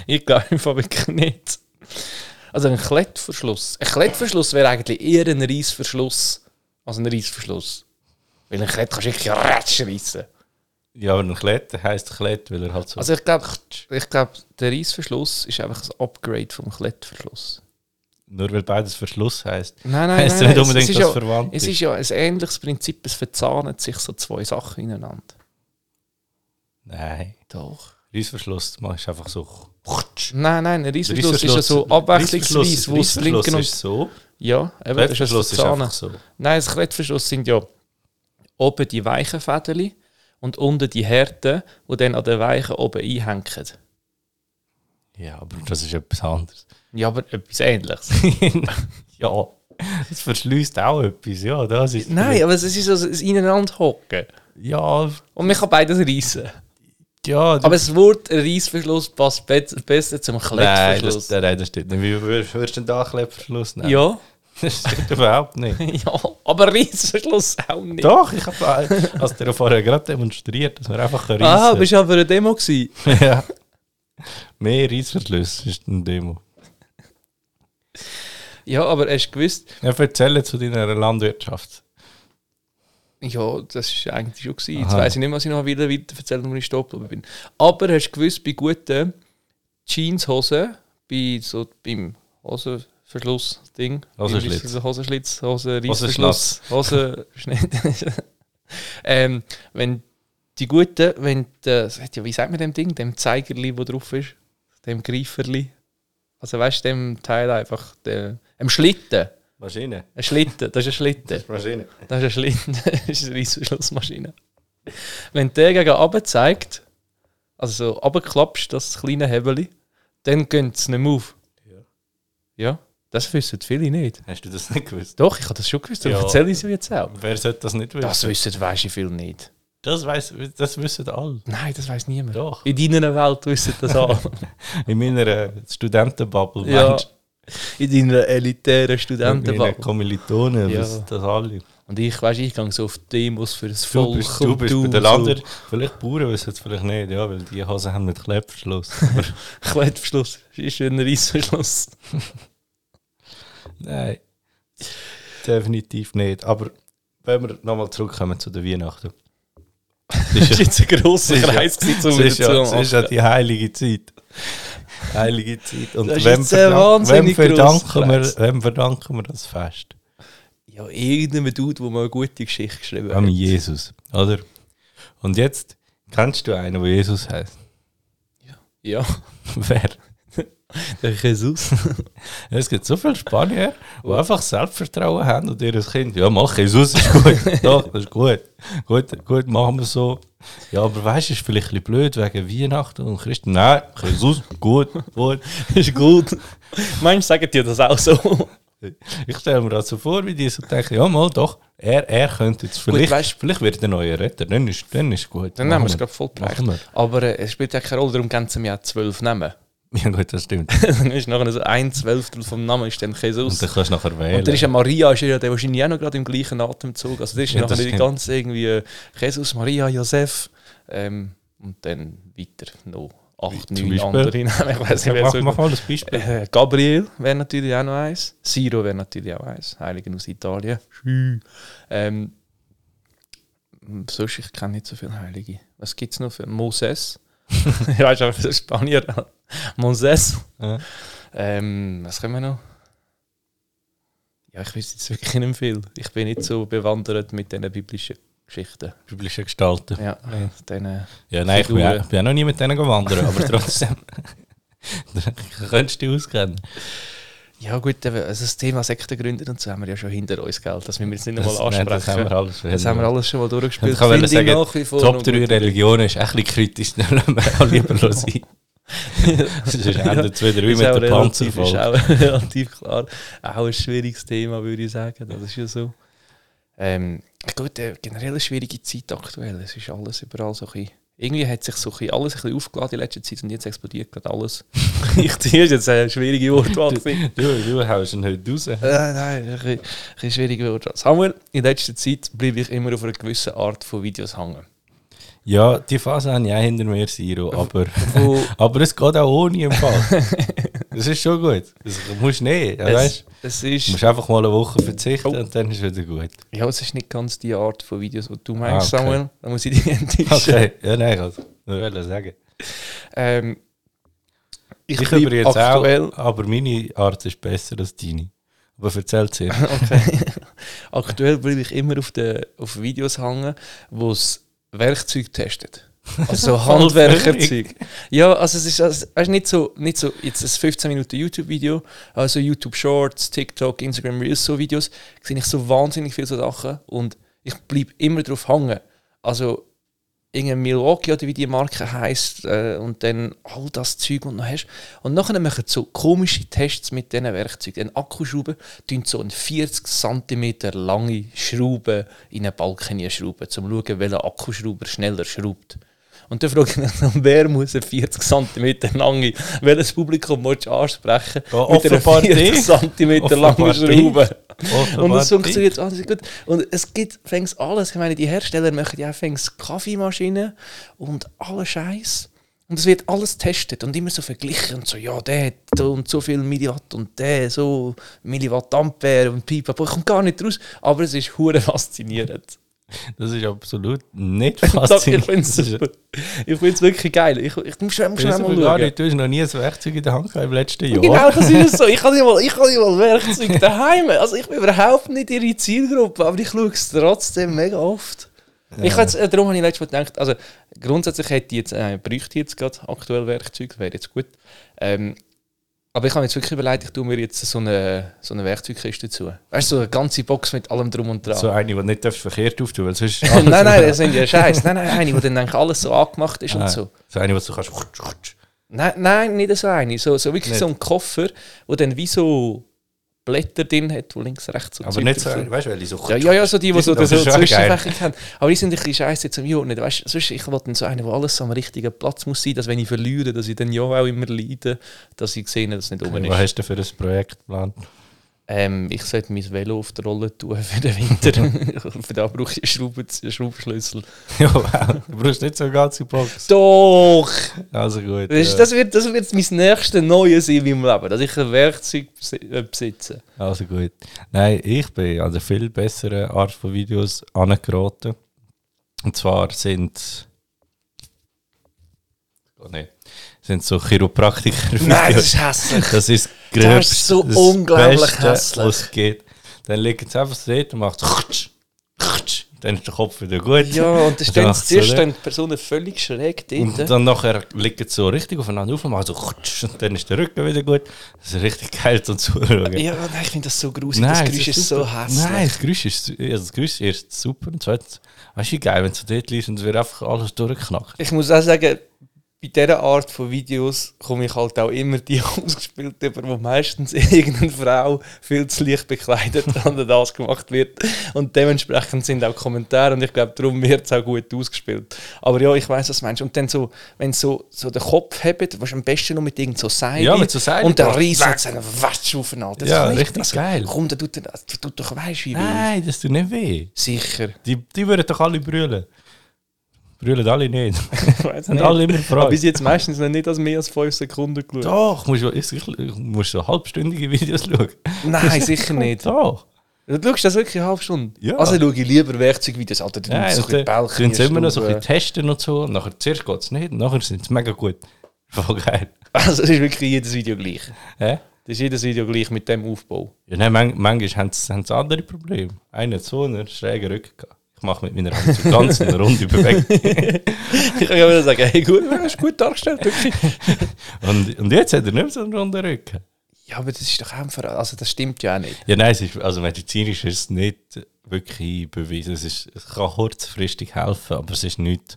Speaker 2: Ich glaube einfach wirklich nicht. Also ein Klettverschluss. Ein Klettverschluss wäre eigentlich eher ein Reissverschluss als ein Reissverschluss. Weil ein Klett kannst du wirklich ratsch reissen.
Speaker 1: Ja, aber ein Klett heisst Klett, weil er halt so.
Speaker 2: Also ich glaube, ich glaub, der Reissverschluss ist einfach ein Upgrade vom Klettverschluss.
Speaker 1: nur weil beides Verschluss heisst.
Speaker 2: Nein,
Speaker 1: Heisst ja nicht unbedingt,
Speaker 2: es,
Speaker 1: dass
Speaker 2: ist
Speaker 1: es
Speaker 2: ja,
Speaker 1: verwandt
Speaker 2: es
Speaker 1: ist.
Speaker 2: ist ja ein ähnliches Prinzip, es verzahnen sich so zwei Sachen ineinander.
Speaker 1: Nein.
Speaker 2: Doch.
Speaker 1: Reissverschluss machst du einfach so.
Speaker 2: Nein, nein, ein Reissverschluss ist ja
Speaker 1: Reissverschluss-
Speaker 2: so
Speaker 1: Reissverschluss-
Speaker 2: abwechslungsweise, wo es linken
Speaker 1: Reissverschluss
Speaker 2: und...
Speaker 1: ist so.
Speaker 2: Ja, eben, das ist das
Speaker 1: Klettverschluss ist
Speaker 2: Verzahnen.
Speaker 1: einfach so.
Speaker 2: Nein, das Klettverschluss sind ja oben die weichen Fäden und unten die Härten, die dann an den Weichen oben einhängen.
Speaker 1: Ja, aber das ist etwas anderes.
Speaker 2: Ja, aber etwas Ähnliches.
Speaker 1: ja, das verschließt auch etwas. Ja, das ist
Speaker 2: Nein, aber es ist so ein Ineinanderhocken.
Speaker 1: Ja,
Speaker 2: Und man kann beides reissen.
Speaker 1: ja. du-
Speaker 2: Aber das Wort Reissverschluss passt be besser zum
Speaker 1: nein, das,
Speaker 2: Klettverschluss.
Speaker 1: nein, das stimmt nicht. Wie würdest würdest du denn da Klettverschluss nehmen?
Speaker 2: Ja,
Speaker 1: Das stimmt überhaupt nicht.
Speaker 2: ja, aber Reissverschluss auch nicht.
Speaker 1: Doch, ich habe als der vorher gerade demonstriert, dass man einfach reissen
Speaker 2: Ah, bist du aber eine Demo gewesen?
Speaker 1: ja. Mehr Reissverschlüsse ist eine Demo.
Speaker 2: Ja, aber hast du gewusst,
Speaker 1: Ja, erzähl zu deiner Landwirtschaft.
Speaker 2: ja, das war eigentlich schon. Gewesen. Jetzt
Speaker 1: Aha.
Speaker 2: weiss ich nicht, was ich noch wieder weiter erzählen wo ich stehen geblieben bin. Aber hast du gewusst, bei guten Jeanshosen, bei so beim Hosenverschluss-Ding,
Speaker 1: Hosenschlitz.
Speaker 2: beim Reissverschluss- Also Hosenschlitz, Hosenreissverschluss,
Speaker 1: Hosenschnaps.
Speaker 2: Hosenschnitt. ähm, wenn die guten, wenn der, wie sagt man dem Ding, dem Zeigerli, wo drauf ist, dem Greiferli, also weißt du, dem Teil einfach, dem, dem Schlitten,
Speaker 1: Maschine.
Speaker 2: ein Schlitten, das ist ein Schlitten.
Speaker 1: Maschine.
Speaker 2: Das ist eine Schlitten, das ist eine Reissverschlussmaschine. Wenn der gegen runter zeigt, also so runterklappst, das kleine Hebeli, dann geht es nicht mehr auf.
Speaker 1: Ja.
Speaker 2: Ja, das wissen viele nicht.
Speaker 1: Hast du das nicht gewusst?
Speaker 2: Doch, ich habe das schon gewusst, aber
Speaker 1: Ja.
Speaker 2: erzähle ich es jetzt auch.
Speaker 1: Wer sollte das nicht wissen?
Speaker 2: Das wissen weiss ich viel nicht.
Speaker 1: das, weiss, das wissen alle.
Speaker 2: Nein, das weiß niemand.
Speaker 1: Doch.
Speaker 2: In deiner Welt wissen das alle.
Speaker 1: In meiner äh, Studentenbubble,
Speaker 2: Ja,
Speaker 1: meinst
Speaker 2: In deiner elitären
Speaker 1: du? Mit meinen
Speaker 2: Studentenbubble.
Speaker 1: Kommilitonen,
Speaker 2: Ja.
Speaker 1: das, das alle.
Speaker 2: Und ich weiß, ich gehe so auf Demos für das
Speaker 1: Du
Speaker 2: Volk.
Speaker 1: bist, du
Speaker 2: und
Speaker 1: bist bei den
Speaker 2: so.
Speaker 1: Landwirten, vielleicht Bauern wissen es vielleicht nicht, ja, weil die Hosen haben mit Klettverschluss. Aber
Speaker 2: Klettverschluss ist ein Reissverschluss.
Speaker 1: Nein, definitiv nicht. Aber wenn wir nochmal zurückkommen zu den Weihnachten. Das ist ja-
Speaker 2: Das war jetzt ein grosser
Speaker 1: Es ist ja-
Speaker 2: Kreis, gewesen,
Speaker 1: Es
Speaker 2: um
Speaker 1: ist,
Speaker 2: wieder
Speaker 1: ja,
Speaker 2: zu
Speaker 1: es ist ja
Speaker 2: machen.
Speaker 1: die heilige Zeit. Heilige Zeit. Und
Speaker 2: Das ist
Speaker 1: wem,
Speaker 2: jetzt ein
Speaker 1: verdank, wem,
Speaker 2: wahnsinnig
Speaker 1: verdanken wir,
Speaker 2: grosses Kreuz.
Speaker 1: wem verdanken wir das Fest?
Speaker 2: Ja, irgendein Dude, der mal eine gute Geschichte geschrieben
Speaker 1: Am
Speaker 2: hat.
Speaker 1: Jesus, oder? Und jetzt kennst du einen, der Jesus heißt.
Speaker 2: Ja,
Speaker 1: Wer?
Speaker 2: der Jesus.
Speaker 1: Es gibt so viele Spanier, die einfach Selbstvertrauen haben und ihr Kind, ja, mach Jesus, ist gut. Doch, das ist gut. Gut, gut machen wir so. Ja, aber weißt du, ist vielleicht ein bisschen blöd wegen Weihnachten und Christen. Nein, Jesus, gut, gut.
Speaker 2: ist gut. Manchmal sagen dir das auch so.
Speaker 1: Ich stelle mir das so vor, wie die so denken, ja mal doch, er, er könnte jetzt vielleicht,
Speaker 2: weißt-
Speaker 1: vielleicht wird er der neue Retter, dann ist, dann ist gut.
Speaker 2: Dann
Speaker 1: Machen
Speaker 2: haben wir es gerade voll gebracht.
Speaker 1: Machen wir.
Speaker 2: Aber äh, es spielt ja keine Rolle, darum gehen sie mir auch zwölf Namen.
Speaker 1: Ja gut, das stimmt.
Speaker 2: dann ist nachher so ein Zwölftel vom Namen ist dann
Speaker 1: Und
Speaker 2: Jesus.
Speaker 1: dann kannst du nachher wählen.
Speaker 2: Und dann ist ja Maria, ist ja der wahrscheinlich auch noch gerade im gleichen Atemzug. Also das ist
Speaker 1: Ja,
Speaker 2: nachher
Speaker 1: das
Speaker 2: die
Speaker 1: stimmt.
Speaker 2: ganze irgendwie äh, Jesus, Maria, Josef ähm, und dann weiter noch acht,
Speaker 1: Zum
Speaker 2: neun
Speaker 1: Beispiel?
Speaker 2: andere Namen. Ich weiß nicht, wer
Speaker 1: mach,
Speaker 2: so
Speaker 1: mach mal ein Beispiel.
Speaker 2: Äh, Gabriel wäre natürlich auch noch eins. Ciro wäre natürlich auch eins. Heiligen aus Italien. Schü. Ähm, m, sonst, ich kenne nicht so viele Heilige. Was gibt es noch für Moses? ich weiß aber, für Spanier. Moses.
Speaker 1: Ja.
Speaker 2: Ähm, was können wir noch? Ja, ich wüsste jetzt wirklich nicht viel. Ich bin nicht so bewandert mit diesen biblischen Geschichten. Äh,
Speaker 1: Biblische Gestalten.
Speaker 2: Ja, diesen.
Speaker 1: Ja, nein, ich bin,
Speaker 2: Figuren.
Speaker 1: auch- ich bin auch noch nie mit denen gewandert, aber trotzdem. Könntest du dich auskennen.
Speaker 2: Ja, gut, aber also das Thema Sektengründer und so haben wir ja schon hinter uns, gell? Das müssen wir jetzt nicht
Speaker 1: Das-
Speaker 2: nochmal
Speaker 1: nein,
Speaker 2: ansprechen.
Speaker 1: das haben wir alles
Speaker 2: Das haben wir
Speaker 1: alles.
Speaker 2: alles schon mal durchgespielt.
Speaker 1: Ich kann
Speaker 2: Finde
Speaker 1: sagen,
Speaker 2: nach wie vor
Speaker 1: Top
Speaker 2: noch
Speaker 1: 3
Speaker 2: gut.
Speaker 1: Religionen ist echt ein bisschen kritisch, dann lassen wir alle lieber sein. Sonst endet es wieder wie
Speaker 2: Ist
Speaker 1: mit
Speaker 2: auch
Speaker 1: der
Speaker 2: relativ- Ist
Speaker 1: Panzerfolge.
Speaker 2: auch relativ klar. Auch ein schwieriges Thema, würde ich sagen. Das ist ja so. Ähm, gut, äh, generell eine schwierige Zeit aktuell. Es ist dus alles überall so ein bisschen... Irgendwie hat sich so ein bisschen alles ein bisschen aufgeladen in letzter Zeit und jetzt explodiert gerade alles. ich ziehe jetzt eine schwierige Wortwahl. gewesen.
Speaker 1: Du, du haust ihn heute raus.
Speaker 2: Äh, nein, ein bisschen- ein bisschen schwierige Wortwahl. Samuel, in letzter Zeit bleibe ich immer auf einer gewissen Art von Videos hängen.
Speaker 1: Ja, die Phase habe ich auch hinter mir, Siro, aber,
Speaker 2: Wo
Speaker 1: aber es geht auch ohne im Fall. Das ist schon gut. Das musst du nicht, ja, weißt?
Speaker 2: es, es ist...
Speaker 1: Du musst einfach mal eine Woche verzichten
Speaker 2: Oh.
Speaker 1: und dann ist wieder gut.
Speaker 2: Ja, es ist nicht ganz die Art von Videos, die du meinst,
Speaker 1: Ah, okay.
Speaker 2: Samuel. Da muss ich dich enttäuschen.
Speaker 1: Okay, ja, nein, also, nur wollte sagen.
Speaker 2: Ähm,
Speaker 1: Ich,
Speaker 2: bleib
Speaker 1: übrigens
Speaker 2: aktuell,
Speaker 1: auch, aber meine Art ist besser als deine. Aber erzähl sie.
Speaker 2: Okay. aktuell bleibe ich immer auf, den, auf Videos hängen, wo es Werkzeug testet. Also Handwerkerzeug. Ja, also es ist also, weißt, nicht, so, nicht so jetzt ein 15 Minuten YouTube-Video, also YouTube Shorts, TikTok, Instagram Reels, so Videos, sehe ich so wahnsinnig viele so Sachen und ich bleibe immer drauf hängen. Also irgendein Milwaukee oder wie die Marke heißt äh, und dann all das Zeug und noch hast. Und nachher machen sie so komische Tests mit diesen Werkzeugen. Ein Akkuschrauber tun so eine 40 cm lange Schraube in eine Balken schrauben, um zu schauen, welcher Akkuschrauber schneller schraubt. Und dann frage ich mich, dann, wer muss eine 40 cm lange, welches Publikum willst du ansprechen
Speaker 1: Ja,
Speaker 2: mit einer
Speaker 1: offenbar die.
Speaker 2: 40 cm langen
Speaker 1: Offenbar die.
Speaker 2: Schraube? Und
Speaker 1: Offenbar
Speaker 2: es funktioniert alles gut. Und es gibt fängs alles. Ich meine, die Hersteller machen ja fängs Kaffeemaschinen und alle Scheiß. Und es wird alles getestet und immer so verglichen und so, ja, der hat so und so viel Milliwatt und der so Milliwatt Ampere und Pipa. Aber kommt gar nicht raus. Aber es ist hure faszinierend.
Speaker 1: Das ist absolut nicht
Speaker 2: Ich
Speaker 1: faszinierend.
Speaker 2: finde es
Speaker 1: Das ist-
Speaker 2: super. Ich finde es wirklich geil. Ich, ich muss schon muss schon
Speaker 1: Das
Speaker 2: einmal
Speaker 1: ist gar
Speaker 2: schauen.
Speaker 1: nicht, du hast noch nie ein Werkzeug in der Hand gehabt im letzten Jahr.
Speaker 2: Genau, das ist so. Ich habe nicht mal, ich habe nicht mal Werkzeug daheim. Also ich bin überhaupt nicht ihre Zielgruppe, aber ich schaue es trotzdem mega oft. Ich habe jetzt, äh, darum habe ich letztes Mal gedacht, also grundsätzlich hätte ich jetzt, äh, bräuchte ich jetzt gerade aktuell Werkzeug, wäre jetzt gut. Ähm, aber ich habe mir jetzt wirklich überlegt, ich tue mir jetzt so eine, so eine Werkzeugkiste zu. Weißt du, so eine ganze Box mit allem drum und dran.
Speaker 1: So eine, die du nicht darfst verkehrt auftun weil sonst
Speaker 2: nein, nein, das sind ja Scheiß. Nein, nein, eine, wo dann eigentlich alles so angemacht ist und
Speaker 1: Nein.
Speaker 2: so.
Speaker 1: So eine, die du kannst.
Speaker 2: Nein, nein, nicht so eine. So, so wirklich
Speaker 1: Nicht.
Speaker 2: so ein Koffer, wo dann wie so Blätter drin hat, wo links, rechts und
Speaker 1: Aber
Speaker 2: Zeug
Speaker 1: nicht so
Speaker 2: drauf
Speaker 1: eine, weißt du, weil die so.
Speaker 2: Ja, ja, ja, so die, die
Speaker 1: Die
Speaker 2: so,
Speaker 1: sind- das
Speaker 2: so
Speaker 1: ist schon
Speaker 2: Zwischenfächer haben. Aber die sind ein bisschen scheiße zum Einordnen. Weißt du, sonst, ich will dann so einen, der alles am richtigen Platz muss sein, dass wenn ich verliere, dass ich dann ja auch immer leide, dass ich sehe, dass es nicht oben
Speaker 1: Was
Speaker 2: ist.
Speaker 1: hast du für ein Projekt geplant?
Speaker 2: Ähm, ich sollte mein Velo auf die Rolle tun für den Winter. für da brauche ich einen Schrauben, einen Schraubenschlüssel.
Speaker 1: ja, wow. Du brauchst nicht so eine ganze Box.
Speaker 2: Doch!
Speaker 1: Also gut.
Speaker 2: Das, ist,
Speaker 1: ja.
Speaker 2: das, wird, das wird mein nächstes Neues sein in meinem Leben, dass ich ein Werkzeug besi- äh, besitze.
Speaker 1: Also gut. Nein, ich bin an eine viel bessere Art von Videos angeraten. Und zwar sind. Oh nein. Sind so Chiropraktiker.
Speaker 2: ist hässlich.
Speaker 1: Das ist das
Speaker 2: Das
Speaker 1: Gröbste,
Speaker 2: ist so unglaublich
Speaker 1: Beste,
Speaker 2: hässlich.
Speaker 1: was es geht. Dann liegt es einfach so dort und macht Chtsch, Chtsch. Dann ist der Kopf wieder gut.
Speaker 2: Ja, und dann stehen,
Speaker 1: macht's
Speaker 2: zuerst
Speaker 1: so,
Speaker 2: stehen die Personen völlig schräg dort.
Speaker 1: Und dann nachher liegt es so richtig aufeinander auf und macht so Chtsch. Und dann ist der Rücken wieder gut. Das ist richtig geil zum Zuschauen.
Speaker 2: Ja, nein, ich finde das so gruselig. das Geräusch ist, so
Speaker 1: super.
Speaker 2: hässlich.
Speaker 1: Nein, das Geräusch ist, also das Geräusch ist erst super. Und zweitens, weißt du, geil, wenn du dort liest und es wird einfach alles durchknackt.
Speaker 2: Ich muss auch sagen, bei dieser Art von Videos komme ich halt auch immer die ausgespielt über, wo meistens irgendeine Frau viel zu leicht bekleidet an das gemacht wird. Und dementsprechend sind auch Kommentare und ich glaube, darum wird es auch gut ausgespielt. Aber ja, ich weiß was du meinst. Und dann so, wenn sie so, so den Kopf hebt, was am besten noch mit irgend so Seil.
Speaker 1: Ja, mit so Seil.
Speaker 2: Und dann
Speaker 1: Boah,
Speaker 2: reißt sie einen Watsch aufeinander.
Speaker 1: Ja,
Speaker 2: ist
Speaker 1: richtig geil.
Speaker 2: Komm, dann tut, er- das tut doch weißt wie weh.
Speaker 1: Nein, das tut nicht weh.
Speaker 2: Sicher.
Speaker 1: Die, die würden doch alle brüllen. Brüllen alle nicht.
Speaker 2: Ich weiss
Speaker 1: Sind
Speaker 2: nicht.
Speaker 1: alle immer
Speaker 2: Aber
Speaker 1: gefreut.
Speaker 2: bis jetzt meistens noch nicht als mehr als 5 Sekunden geschaut.
Speaker 1: Doch, musst du ich, ich muss so halbstündige Videos schauen.
Speaker 2: Nein, sicher nicht.
Speaker 1: Doch.
Speaker 2: Du schaust das wirklich eine halbe Stunde.
Speaker 1: Ja.
Speaker 2: Also schaue ich lieber Werkzeugvideos, Alter. Du
Speaker 1: Ja,
Speaker 2: nimmst so ein bisschen äh.
Speaker 1: dann
Speaker 2: Bällchen,
Speaker 1: sind sie immer noch so ein bisschen
Speaker 2: Schrauben.
Speaker 1: testen und so. Und nachher zuerst geht es nicht, und nachher sind sie mega gut. Voll geil.
Speaker 2: Also es ist wirklich jedes Video gleich.
Speaker 1: Hä?
Speaker 2: Das ist jedes Video gleich mit dem Aufbau.
Speaker 1: Ja, nein, man, manchmal haben sie, haben sie andere Probleme. Einer hat so einen schrägen Rücken gehabt. Ich mache mit meiner Hand so ganz eine runde Bewegung.
Speaker 2: Ich kann immer sagen, hey, gut, du hast gut dargestellt, wirklich.
Speaker 1: Und, und jetzt hat er nicht mehr so einen runden Rücken.
Speaker 2: Ja, aber das ist doch einfach, also das stimmt ja auch nicht.
Speaker 1: Ja, nein, es ist, also medizinisch ist es nicht wirklich bewiesen. Es, ist, es kann kurzfristig helfen, aber es ist nichts,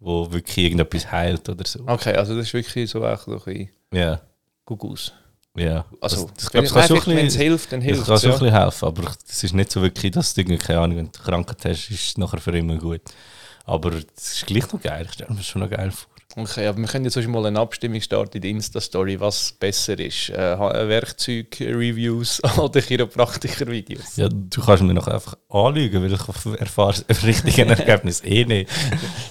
Speaker 1: wo wirklich irgendetwas heilt oder so.
Speaker 2: Okay, also das ist wirklich so auch so ein bisschen
Speaker 1: Ja,
Speaker 2: Gugus.
Speaker 1: ja.
Speaker 2: Also,
Speaker 1: das, das, glaub,
Speaker 2: wenn-
Speaker 1: es kann so
Speaker 2: nein,
Speaker 1: ein
Speaker 2: wenn es
Speaker 1: bisschen-
Speaker 2: hilft, dann
Speaker 1: es
Speaker 2: hilft
Speaker 1: kann
Speaker 2: es.
Speaker 1: so ein
Speaker 2: Ja.
Speaker 1: bisschen helfen, aber es ist nicht so wirklich, dass du irgendwie, keine Ahnung, wenn du Krankheit hast, ist es nachher für immer gut. Aber es ist gleich noch geil. Ich stelle mir das schon noch geil vor.
Speaker 2: Okay, aber wir können jetzt schon mal eine Abstimmung starten in der Insta-Story, was besser ist. Äh, Ha- Werkzeug-Reviews oder Chiropraktiker-Videos?
Speaker 1: Ja, du kannst mir noch einfach anlügen, weil ich erfahre das richtige Ergebnis eh nicht.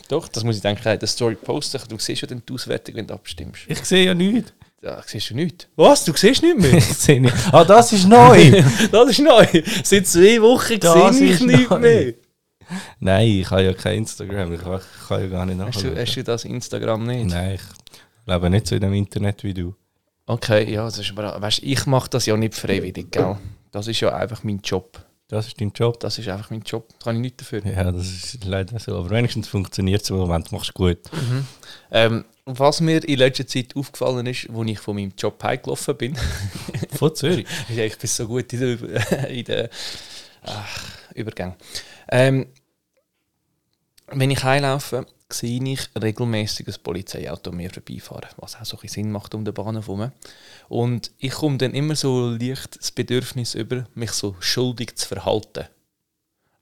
Speaker 2: Doch, das muss ich denken, eine Story posten. Du siehst ja dann die Auswertung, wenn du abstimmst.
Speaker 1: Ich sehe ja nichts.
Speaker 2: Ja, siehst du nichts. Was? Du siehst nicht mehr?
Speaker 1: Ich sehe nicht. Ah, das ist neu!
Speaker 2: das ist neu. Seit zwei Wochen
Speaker 1: Das
Speaker 2: sehe ich
Speaker 1: ist
Speaker 2: nichts
Speaker 1: neu.
Speaker 2: mehr.
Speaker 1: Nein, ich habe ja kein Instagram. Ich kann, ich kann ja gar nicht
Speaker 2: Hast du,
Speaker 1: nachschauen.
Speaker 2: hast du das Instagram nicht?
Speaker 1: Nein, ich lebe nicht so in dem Internet wie du.
Speaker 2: Okay, ja, das ist aber... Weißt, ich mache das ja nicht freiwillig, gell? Das ist ja einfach mein Job.
Speaker 1: Das ist dein Job.
Speaker 2: Das ist einfach mein Job. Da kann ich nichts dafür.
Speaker 1: Ja, das ist leider so. Aber wenigstens funktioniert es im Moment. Machst du gut.
Speaker 2: Ähm, was mir in letzter Zeit aufgefallen ist, als ich von meinem Job heimgelaufen bin,
Speaker 1: Von Zürich.
Speaker 2: Ja, ich bin so gut in den, Über in den ach, Übergängen. Ähm, wenn ich heimlaufe, sehe ich regelmäßig ein Polizeiauto an mir vorbeifahren, was auch so ein bisschen Sinn macht um den Bahnhof herum. Und ich komme dann immer so leicht das Bedürfnis über, mich so schuldig zu verhalten.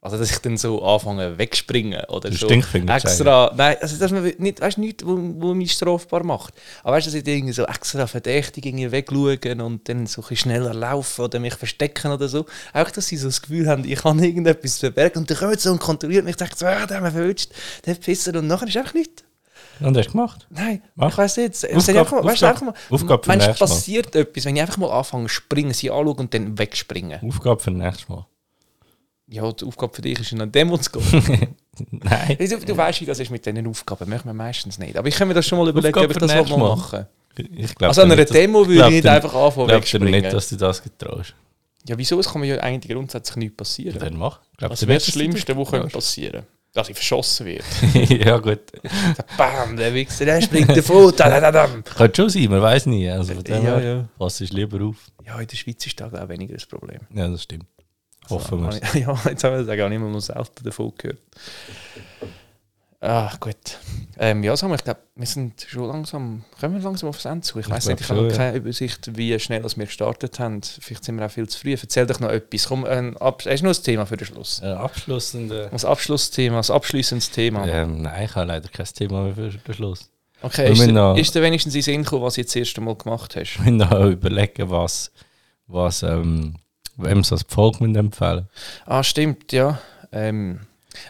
Speaker 2: Also, dass ich dann so anfange wegspringen oder
Speaker 1: Du
Speaker 2: so
Speaker 1: Stinkfinger zu
Speaker 2: extra... Nein, also dass man nicht, weißt, nichts, wo, wo mich strafbar macht. Aber weißt du, dass ich dann irgendwie so extra verdächtig irgendwie wegschauen und dann so ein bisschen schneller laufen oder mich verstecken oder so. Auch, dass sie so das Gefühl haben, ich kann irgendetwas verbergen. Und dann kommen sie so und kontrollieren mich. Ich denke so, ah, der hat mich verwünscht, der Pisser. Und nachher ist einfach nichts.
Speaker 1: Und hast du gemacht?
Speaker 2: Nein,
Speaker 1: Mach.
Speaker 2: ich weiß nicht. Es- es
Speaker 1: Aufgabe-
Speaker 2: einfach mal, weißt du,
Speaker 1: Aufgabe-
Speaker 2: einfach mal,
Speaker 1: Aufgabe für
Speaker 2: manchmal
Speaker 1: nächstes Mal.
Speaker 2: passiert etwas, wenn ich einfach mal anfange zu springen, sie anschaue und dann wegspringen.
Speaker 1: Aufgabe für nächstes Mal.
Speaker 2: Ja, die Aufgabe für dich ist, in eine Demo zu gehen.
Speaker 1: Nein.
Speaker 2: du du weißt, wie das ist mit diesen Aufgaben. Machen wir meistens nicht. Aber ich kann mir das schon mal überlegen,
Speaker 1: Aufgabe
Speaker 2: ob ich
Speaker 1: für
Speaker 2: das
Speaker 1: nächstes
Speaker 2: mal
Speaker 1: Mal.
Speaker 2: machen
Speaker 1: Ich glaube
Speaker 2: Also an einer Demo würde ich nicht einfach anfangen
Speaker 1: Ich glaube
Speaker 2: wegspringen.
Speaker 1: nicht, dass du das getraust.
Speaker 2: Ja, wieso? Es kann mir ja eigentlich grundsätzlich nichts passieren.
Speaker 1: Dann mach. Ich glaub,
Speaker 2: Was
Speaker 1: du
Speaker 2: wäre
Speaker 1: wirst
Speaker 2: das
Speaker 1: es
Speaker 2: Schlimmste, was könnte
Speaker 1: nicht
Speaker 2: passieren Dass ich verschossen werde.
Speaker 1: traust. ja gut.
Speaker 2: Bam, der Wichser, der springt davon. Da, da, da, da.
Speaker 1: Könnte schon sein, man weiß nie. Also von dem
Speaker 2: Ja,
Speaker 1: her,
Speaker 2: ja.
Speaker 1: pass es lieber auf.
Speaker 2: Ja, in der Schweiz ist da, glaube ich, weniger das Problem.
Speaker 1: Ja, das stimmt. Hoffen wir
Speaker 2: Also, habe ich- Ja, jetzt haben wir sagen, auch nicht mehr nur selten davon gehört. Ah, gut. Ähm, ja, sagen wir, ich glaube, wir sind schon langsam, kommen wir langsam aufs Ende zu. Ich,
Speaker 1: Ich
Speaker 2: weiss nicht, ich
Speaker 1: glaub
Speaker 2: habe noch
Speaker 1: schon, ja.
Speaker 2: keine Übersicht, wie schnell als wir gestartet haben. Vielleicht sind wir auch viel zu früh. Erzähl doch noch etwas. Komm, ein Ab hast du noch ein Thema für den Schluss?
Speaker 1: Äh, abschließende.
Speaker 2: Als Abschlussthema, als abschließendes Thema.
Speaker 1: Ähm, nein, ich habe leider kein Thema mehr für den Schluss.
Speaker 2: Okay,
Speaker 1: Wir
Speaker 2: ist,
Speaker 1: müssen
Speaker 2: dir-
Speaker 1: noch-
Speaker 2: ist dir wenigstens in den Sinn gekommen, was du jetzt das erste Mal gemacht hast?
Speaker 1: Ich will noch überlegen, was, was ähm, wem so das Volk mit empfehlen.
Speaker 2: Ah, stimmt, ja. Ähm,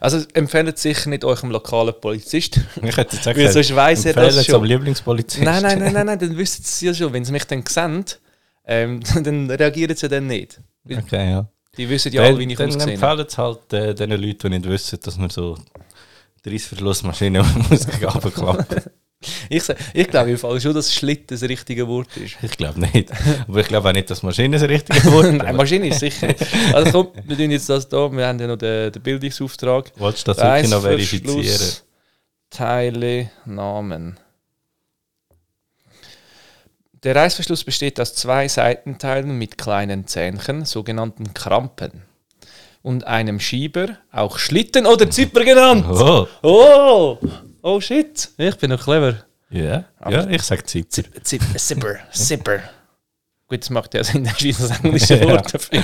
Speaker 2: also empfehlt sicher nicht eurem lokalen Polizist,
Speaker 1: Ich hätte jetzt auch
Speaker 2: weil
Speaker 1: gesagt,
Speaker 2: sonst weiss er
Speaker 1: empfehlen
Speaker 2: das
Speaker 1: es
Speaker 2: schon.
Speaker 1: am Lieblingspolizisten.
Speaker 2: Nein, nein, nein, nein, nein, dann wissen sie ja schon. Wenn sie mich dann sehen, ähm, dann reagieren sie dann nicht.
Speaker 1: Okay, ja.
Speaker 2: Die wissen ja,
Speaker 1: dann
Speaker 2: alle, wie ich
Speaker 1: dann
Speaker 2: ausgesehen habe.
Speaker 1: empfehlen es halt äh, den Leuten, die nicht wissen, dass man so die Reissverschlussmaschine muss runterklappen.
Speaker 2: Ich, sag- ich glaube im Fall schon, dass Schlitt das richtige Wort ist.
Speaker 1: Ich glaube nicht. Aber ich glaube auch nicht, dass Maschine das richtige Wort ist.
Speaker 2: Nein, Maschine ist sicher. Also komm, wir tun jetzt das hier. Wir haben ja noch den, den Bildungsauftrag.
Speaker 1: Wolltest du das wirklich noch verifizieren?
Speaker 2: Reißverschluss, Teile, Namen. Der Reißverschluss besteht aus zwei Seitenteilen mit kleinen Zähnchen, sogenannten Krampen, und einem Schieber, auch Schlitten oder Zyper genannt.
Speaker 1: Oh,
Speaker 2: Oh, oh shit, ich bin noch clever.
Speaker 1: ja. Ja, ich sage Zipper.
Speaker 2: Zipper, Zipper. Gut, das macht ja Sinn, das ist das englische Wort dafür.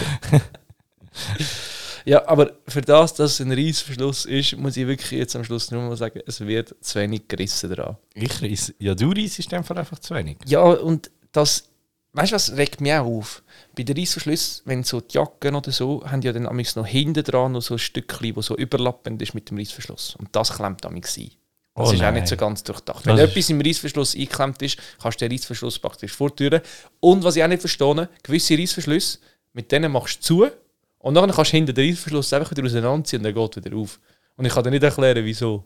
Speaker 2: ja, aber für das, dass es ein Reissverschluss ist, muss ich wirklich jetzt am Schluss nur mal sagen, es wird zu wenig gerissen dran.
Speaker 1: Ich reiss. Ja, du reissst ist einfach einfach zu wenig.
Speaker 2: Ja, und das, weißt du, was regt mich auch auf? Bei den Reissverschlüssen, wenn so die Jacken oder so, haben die ja dann amigs noch hinten dran noch so ein Stückchen, wo so überlappend ist mit dem Reissverschluss. Und das klemmt amigs ein. Das
Speaker 1: Oh
Speaker 2: ist auch
Speaker 1: nein.
Speaker 2: nicht so ganz durchdacht. Wenn
Speaker 1: Das ist-
Speaker 2: etwas im Reissverschluss eingeklemmt ist, kannst du den Reissverschluss praktisch vortüren. Und was ich auch nicht verstehe, gewisse Reissverschlüsse, mit denen machst du zu und dann kannst du hinter den Reissverschluss einfach wieder auseinanderziehen und er geht wieder auf. Und ich kann dir nicht erklären, wieso.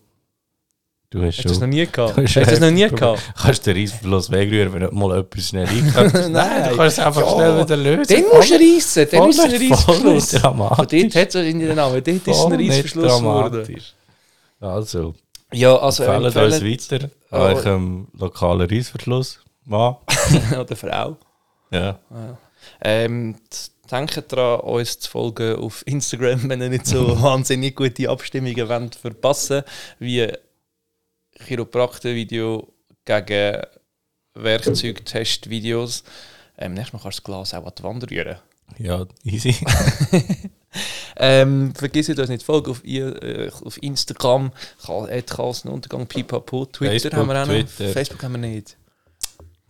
Speaker 1: Du hast
Speaker 2: Hast du das noch
Speaker 1: schon.
Speaker 2: nie gehabt?
Speaker 1: Du
Speaker 2: Hast du das noch nie
Speaker 1: Problem.
Speaker 2: gehabt?
Speaker 1: Kannst du den Reissverschluss wegrühren, wenn mal etwas schnell reinkommt? nein, du kannst es einfach
Speaker 2: Ja.
Speaker 1: schnell wieder lösen.
Speaker 2: Dann musst du reissen, dann ist es ein Reissverschluss.
Speaker 1: Voll
Speaker 2: Von dort
Speaker 1: dramatisch.
Speaker 2: hat es in den Namen, dort ist es ein
Speaker 1: Voll nicht
Speaker 2: Reissverschluss geworden.
Speaker 1: dramatisch. Also,
Speaker 2: Ja, also
Speaker 1: empfehlen uns
Speaker 2: empfehlen-
Speaker 1: weiter
Speaker 2: Oh.
Speaker 1: an eurem lokalen Reissverschluss. Mann.
Speaker 2: oder Frau.
Speaker 1: Ja.
Speaker 2: Ähm, denkt daran, uns zu folgen auf Instagram, wenn ihr nicht so wahnsinnig gute Abstimmungen wollt verpassen wie Chiroprakten-Video gegen Werkzeugtest-Videos. Ähm, nächstes Mal kannst du das Glas auch an die Wand rühren.
Speaker 1: ja, easy.
Speaker 2: Ähm, vergiss uns nicht zu folgen auf, ihr, äh, auf Instagram, Karlsenuntergang, Pipapo, Twitter
Speaker 1: Facebook,
Speaker 2: haben wir auch noch.
Speaker 1: Twitter.
Speaker 2: Facebook haben wir nicht.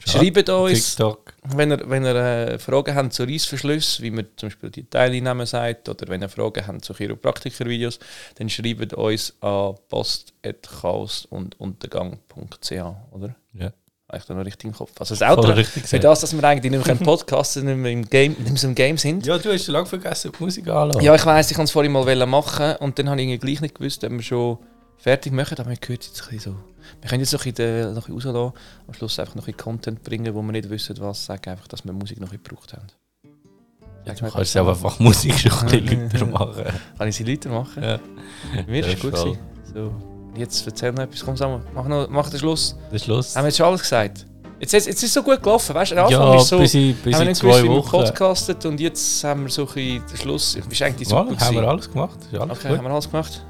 Speaker 2: Schreibt uns.
Speaker 1: TikTok.
Speaker 2: Wenn ihr, wenn ihr äh, Fragen habt zu Reissverschlüssen, wie man zum Beispiel die Teilnahmen sagt, oder wenn ihr Fragen habt zu Chiropraktiker-Videos, dann schreibt uns an post.chaosunduntergang.ch, oder?
Speaker 1: Ja.
Speaker 2: Habe ich da noch richtig im Kopf? Also das Outro,
Speaker 1: Voll richtig
Speaker 2: für
Speaker 1: gesagt.
Speaker 2: das, dass wir eigentlich nicht mehr können podcasten nicht mehr im Game, nicht mehr so im Game sind. Ja,
Speaker 1: Ja, du hast schon lange vergessen, die Musik anzulassen.
Speaker 2: ich weiss, ich kann es vorhin mal wollen machen und dann habe ich irgendwie gleich nicht gewusst, ob wir schon fertig machen, aber wir gehört jetzt ein bisschen so. Wir können jetzt noch ein bisschen, äh, noch ein bisschen rauslassen, am Schluss einfach noch ein bisschen Content bringen, wo wir nicht wissen, was sagen, einfach, dass wir Musik noch ein bisschen gebraucht haben.
Speaker 1: Ja, du kannst selber einfach Musik schon ein bisschen lauter machen.
Speaker 2: Kann ich sie Leute machen?
Speaker 1: Ja.
Speaker 2: Mir
Speaker 1: Ja,
Speaker 2: ist gut
Speaker 1: voll.
Speaker 2: gewesen. So, jetzt erzähl noch etwas. Komm zusammen, mach, noch, mach den Schluss.
Speaker 1: Das ist Schluss.
Speaker 2: Haben wir jetzt schon alles gesagt? Jetzt, jetzt, jetzt ist es so gut gelaufen, weißt du? Am Anfang
Speaker 1: Ja,
Speaker 2: ist so,
Speaker 1: bis in, bis
Speaker 2: haben wir
Speaker 1: in
Speaker 2: nicht gewusst,
Speaker 1: zwei
Speaker 2: wie wir
Speaker 1: Wochen.
Speaker 2: podcastet und jetzt haben wir so ein bisschen den Schluss. Ist eigentlich
Speaker 1: Ja,
Speaker 2: super
Speaker 1: haben
Speaker 2: gewesen.
Speaker 1: wir alles gemacht. Ist alles
Speaker 2: Okay,
Speaker 1: gut.
Speaker 2: haben wir alles gemacht?